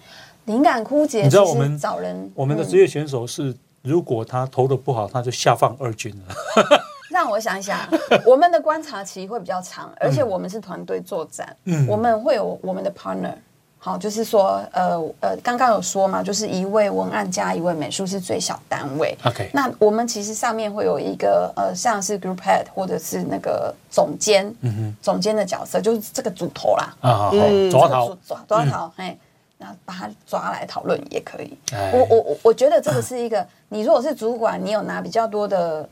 [SPEAKER 3] 灵感枯竭，
[SPEAKER 2] 你知道
[SPEAKER 3] 其实
[SPEAKER 2] 我们
[SPEAKER 3] 找人，
[SPEAKER 2] 我们的
[SPEAKER 3] 嗯
[SPEAKER 2] 职业选手是，如果他投的不好，他就下放二军了。
[SPEAKER 3] 让我想一想，我们的观察期会比较长，而且我们是团队作战，
[SPEAKER 2] 嗯
[SPEAKER 3] 我们会有我们的 partner。好，就是说，呃呃，刚刚有说嘛，就是一位文案加一位美术是最小单位。
[SPEAKER 2] OK
[SPEAKER 3] 那我们其实上面会有一个呃，像是 group head 或者是那个总监，
[SPEAKER 2] 嗯
[SPEAKER 3] 总监的角色就是这个主头啦，
[SPEAKER 2] 啊，好，
[SPEAKER 1] 嗯
[SPEAKER 2] 左
[SPEAKER 3] 这个
[SPEAKER 2] 逃
[SPEAKER 3] 主，抓抓逃，哎、然后把他抓来讨论也可以。
[SPEAKER 2] 哎
[SPEAKER 3] 我我我我觉得这个是一个，你如果是主管，你有拿比较多的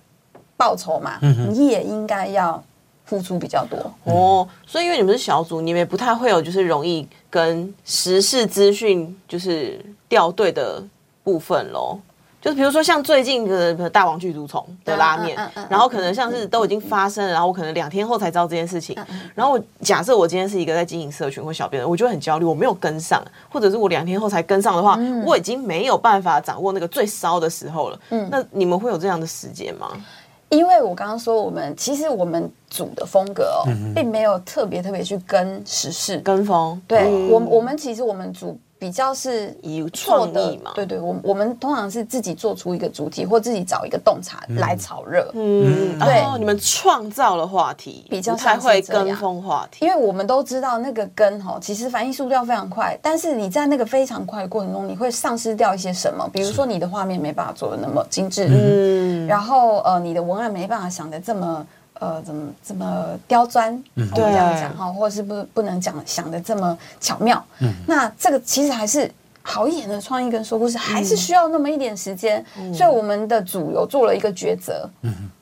[SPEAKER 3] 报酬嘛，你也应该要付出比较多。
[SPEAKER 1] 哦，所以因为你们是小组，你们也不太会有就是容易跟时事资讯就是掉队的部分喽。就是比如说像最近的大王巨足虫的拉面
[SPEAKER 3] 嗯嗯嗯嗯，嗯
[SPEAKER 1] 然后可能像是都已经发生了，然后我可能两天后才知道这件事情。然后我假设我今天是一个在经营社群或小编的，我就会很焦虑，我没有跟上，啊或者是我两天后才跟上的话，
[SPEAKER 3] 嗯
[SPEAKER 1] 我已经没有办法掌握那个最烧的时候了。
[SPEAKER 3] 嗯
[SPEAKER 1] 那你们会有这样的时间吗？
[SPEAKER 3] 因为我刚刚说，我们其实我们组的风格哦，并没有特别特别去跟时事。
[SPEAKER 1] 跟风？
[SPEAKER 3] 对、
[SPEAKER 1] 嗯
[SPEAKER 3] 我，我们其实我们组比较是
[SPEAKER 1] 以
[SPEAKER 3] 做
[SPEAKER 1] 创
[SPEAKER 3] 的
[SPEAKER 1] 意嘛
[SPEAKER 3] 对对，我我们通常是自己做出一个主题，或自己找一个洞察来炒热。
[SPEAKER 1] 嗯，
[SPEAKER 3] 对
[SPEAKER 1] 哦，你们创造了话题，
[SPEAKER 3] 比较
[SPEAKER 1] 不太
[SPEAKER 3] 像是
[SPEAKER 1] 会
[SPEAKER 3] 这样
[SPEAKER 1] 跟风话题
[SPEAKER 3] 因。为我们都知道那个根吼，其实反应速度要非常快，但是你在那个非常快的过程中，你会丧失掉一些什么？比如说你的画面没办法做的那么精致，
[SPEAKER 1] 嗯，
[SPEAKER 3] 然后呃，你的文案没办法想的这么呃，怎么怎么刁钻，
[SPEAKER 1] 嗯
[SPEAKER 3] 我们这样讲哈，或者是不不能讲想的这么巧妙。
[SPEAKER 1] 嗯
[SPEAKER 3] 那这个其实还是。好一点的创意跟说故事还是需要那么一点时间，
[SPEAKER 1] 嗯
[SPEAKER 3] 所以我们的组有做了一个抉择。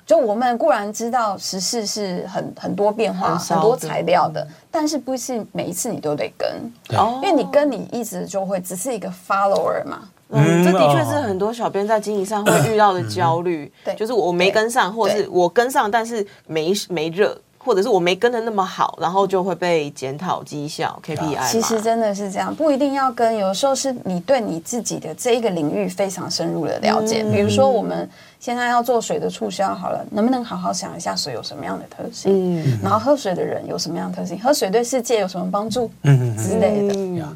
[SPEAKER 3] 就我们固然知道时事是很很多变化、
[SPEAKER 1] 很烧嗯
[SPEAKER 3] 很多材料的，但是不是每一次你都得跟，
[SPEAKER 1] 哦
[SPEAKER 3] 因为你跟你一直就会只是一个 follower 嘛。
[SPEAKER 1] 嗯，
[SPEAKER 2] 嗯
[SPEAKER 1] 这的确是很多小编在经营上会遇到的焦虑，
[SPEAKER 3] 嗯对
[SPEAKER 1] 就是我没跟上，或者是我跟上但是没没热，或者是我没跟的那么好，然后就会被检讨绩效 KPI 嘛。
[SPEAKER 3] 啊其实真的是这样，不一定要跟，有时候是你对你自己的这一个领域非常深入的了解。比如说，
[SPEAKER 2] 嗯
[SPEAKER 3] 我们现在要做水的促销，好了，能不能好好想一下水有什么样的特性？
[SPEAKER 1] 嗯，
[SPEAKER 3] 然后喝水的人有什么样的特性？喝水对世界有什么帮助？
[SPEAKER 2] 嗯嗯嗯
[SPEAKER 3] 之类的。
[SPEAKER 1] 嗯
[SPEAKER 2] 呀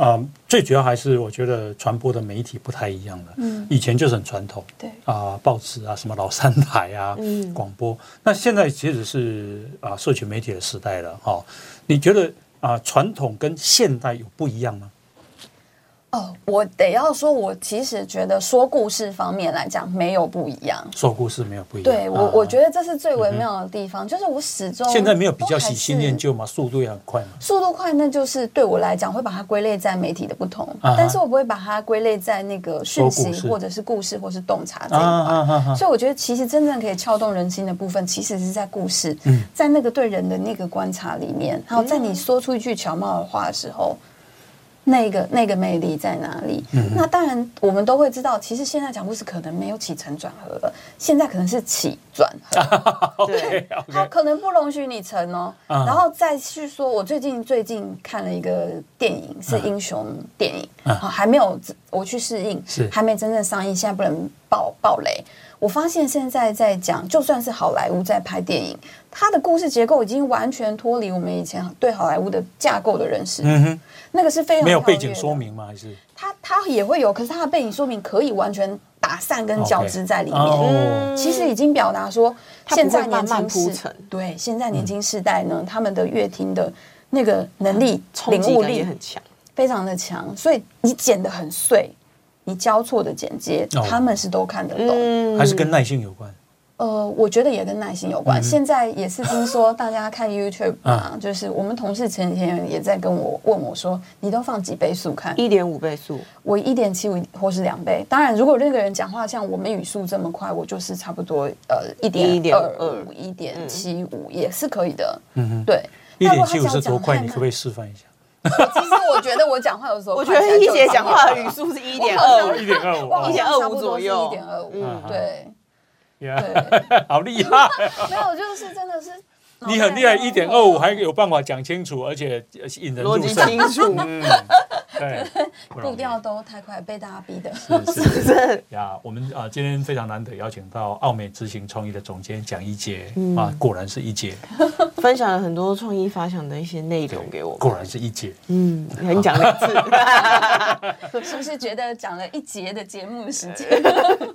[SPEAKER 2] 呃，最主要还是我觉得传播的媒体不太一样了。嗯，以前就是很传统，
[SPEAKER 3] 对
[SPEAKER 2] 啊、报纸啊，什么老三台啊，
[SPEAKER 1] 嗯
[SPEAKER 2] 广播。那现在其实是啊、社群媒体的时代了哈、你觉得啊、传统跟现代有不一样吗？
[SPEAKER 3] 哦，我得要说，我其实觉得说故事方面来讲没有不一样。
[SPEAKER 2] 说故事没有不一样。
[SPEAKER 3] 对我，我觉
[SPEAKER 2] 得
[SPEAKER 3] 得这是最微妙的地方，就是我始终
[SPEAKER 2] 啊嗯现在没有比较
[SPEAKER 3] 都还
[SPEAKER 2] 喜
[SPEAKER 3] 是
[SPEAKER 2] 新厌旧嘛，速度也很快嘛。
[SPEAKER 3] 速度快，那就是对我来讲会把它归类在媒体的不同，
[SPEAKER 2] 啊哈
[SPEAKER 3] 但是我不会把它归类在那个讯
[SPEAKER 2] 说故
[SPEAKER 3] 息
[SPEAKER 2] 事
[SPEAKER 3] 或者是故事或是洞察这一
[SPEAKER 2] 啊
[SPEAKER 3] 块。
[SPEAKER 2] 啊啊啊！
[SPEAKER 3] 所以我觉得，其实真正可以撬动人心的部分，其实是在故事，
[SPEAKER 2] 嗯
[SPEAKER 3] 在那个对人的那个观察里面，还有在你说出一句巧妙的话的时候，那个那个魅力在哪里？
[SPEAKER 2] 嗯
[SPEAKER 3] 那当然，我们都会知道，其实现在讲故事可能没有起承转合了，现在可能是起转合，
[SPEAKER 2] [LAUGHS]
[SPEAKER 1] 对，
[SPEAKER 3] 它 [LAUGHS] 可能不容许你成哦。
[SPEAKER 2] 啊
[SPEAKER 3] 然后再去说，我最近最近看了一个电影，是英雄电影，啊、还没有我去适应
[SPEAKER 2] 是，
[SPEAKER 3] 还没真正上映，现在不能爆爆雷。我发现现在在讲，就算是好莱坞在拍电影，它的故事结构已经完全脱离我们以前对好莱坞的架构的认识，
[SPEAKER 2] 嗯哼，
[SPEAKER 3] 那个是非常
[SPEAKER 2] 没有背
[SPEAKER 3] 跳跃
[SPEAKER 2] 景
[SPEAKER 3] 的
[SPEAKER 2] 说明吗？还是
[SPEAKER 3] 它它也会有，可是它的背景说明可以完全打散跟交织在里面。
[SPEAKER 2] 哦，
[SPEAKER 3] 其实已经表达说，
[SPEAKER 1] 它不
[SPEAKER 3] 现
[SPEAKER 1] 会
[SPEAKER 3] 在年
[SPEAKER 1] 慢慢
[SPEAKER 3] 轻世
[SPEAKER 1] 铺陈嗯
[SPEAKER 3] 对现在年轻世代呢，他们的乐听的那个能力、
[SPEAKER 1] 冲
[SPEAKER 3] 领
[SPEAKER 1] 击
[SPEAKER 3] 悟
[SPEAKER 1] 感也
[SPEAKER 3] 力
[SPEAKER 1] 很强。
[SPEAKER 3] 非常的强，所以你剪得很碎，你交错的剪接，
[SPEAKER 2] 哦
[SPEAKER 3] 他们是都看得懂。
[SPEAKER 1] 嗯
[SPEAKER 2] 还是跟耐性有关。
[SPEAKER 3] 呃，我觉得也跟耐心有关。现在也是听说大家看 YouTube 啊，就是我们同事前几天也在跟我问我说，你都放几倍速看？
[SPEAKER 1] 一点五倍速，
[SPEAKER 3] 我一点七五或是两倍。当然，如果那个人讲话像我们语速这么快，我就是差不多呃一点二五、一点七五也是可以的。嗯对。
[SPEAKER 2] 一
[SPEAKER 3] 那
[SPEAKER 2] 点
[SPEAKER 3] 如果他
[SPEAKER 2] 七五
[SPEAKER 3] 讲
[SPEAKER 2] 是多快？
[SPEAKER 3] 讲
[SPEAKER 2] 你可不可以示范一下？
[SPEAKER 3] 太慢其实我觉得我讲话有时
[SPEAKER 1] [LAUGHS]
[SPEAKER 3] 候
[SPEAKER 1] 我
[SPEAKER 3] 快
[SPEAKER 1] 觉
[SPEAKER 3] 起来
[SPEAKER 1] 得
[SPEAKER 3] 就有一
[SPEAKER 1] 一
[SPEAKER 3] 点，
[SPEAKER 1] 姐讲话的语速是一点二
[SPEAKER 3] 我好
[SPEAKER 1] 五
[SPEAKER 3] 像，
[SPEAKER 2] 1.25
[SPEAKER 3] 我好像差
[SPEAKER 1] 1.25
[SPEAKER 3] 不多
[SPEAKER 1] 左
[SPEAKER 3] 是
[SPEAKER 1] 右
[SPEAKER 3] 一点二五
[SPEAKER 2] 嗯，
[SPEAKER 3] 对
[SPEAKER 2] Yeah，[LAUGHS]
[SPEAKER 3] 对，
[SPEAKER 2] 好厉害！
[SPEAKER 3] [LAUGHS] 没有，就是真的是
[SPEAKER 2] 你很厉
[SPEAKER 3] 啊
[SPEAKER 2] 害，一点二五还有办法讲清楚，而且呃引人
[SPEAKER 1] 逻
[SPEAKER 2] 入
[SPEAKER 1] 辑
[SPEAKER 2] 胜。
[SPEAKER 1] 清楚，
[SPEAKER 2] [LAUGHS] 嗯，对，不容
[SPEAKER 3] [LAUGHS] 步
[SPEAKER 2] 易
[SPEAKER 3] 调都太快，被大家逼的。 [LAUGHS]
[SPEAKER 2] 是是是呀，我们啊、呃今天非常难得邀请到奥美执行创意的总监蒋一杰、啊，果然是一杰，
[SPEAKER 1] 分享了很多创意发想的一些内容给我们。
[SPEAKER 2] 果然是一杰。
[SPEAKER 1] 嗯，你讲了一次，
[SPEAKER 3] 是不是觉得讲了一节的节目时
[SPEAKER 2] [LAUGHS]
[SPEAKER 3] 间？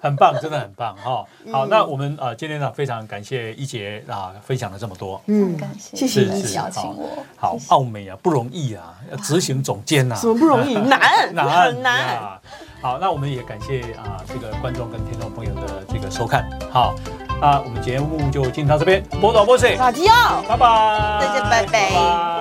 [SPEAKER 2] 很棒，真的很棒哈、好，那我们啊、呃今天呢、非常感谢一杰啊、分享了这么多。
[SPEAKER 1] 嗯
[SPEAKER 3] 感谢
[SPEAKER 1] 谢谢
[SPEAKER 2] 是
[SPEAKER 1] 你
[SPEAKER 2] 是
[SPEAKER 3] 邀请我
[SPEAKER 2] 好，奥美啊不容易啊，要执行总监呐、啊，
[SPEAKER 1] 怎么不容易？ [LAUGHS] 难，
[SPEAKER 2] 难
[SPEAKER 1] 很难。
[SPEAKER 2] 呀好，那我们也感谢啊、这个观众跟听众朋友的这个收看。好，啊那我们节目就进行到这边，播导播水，
[SPEAKER 1] 打基奥。
[SPEAKER 2] 拜拜，
[SPEAKER 1] 大家拜拜
[SPEAKER 2] 拜拜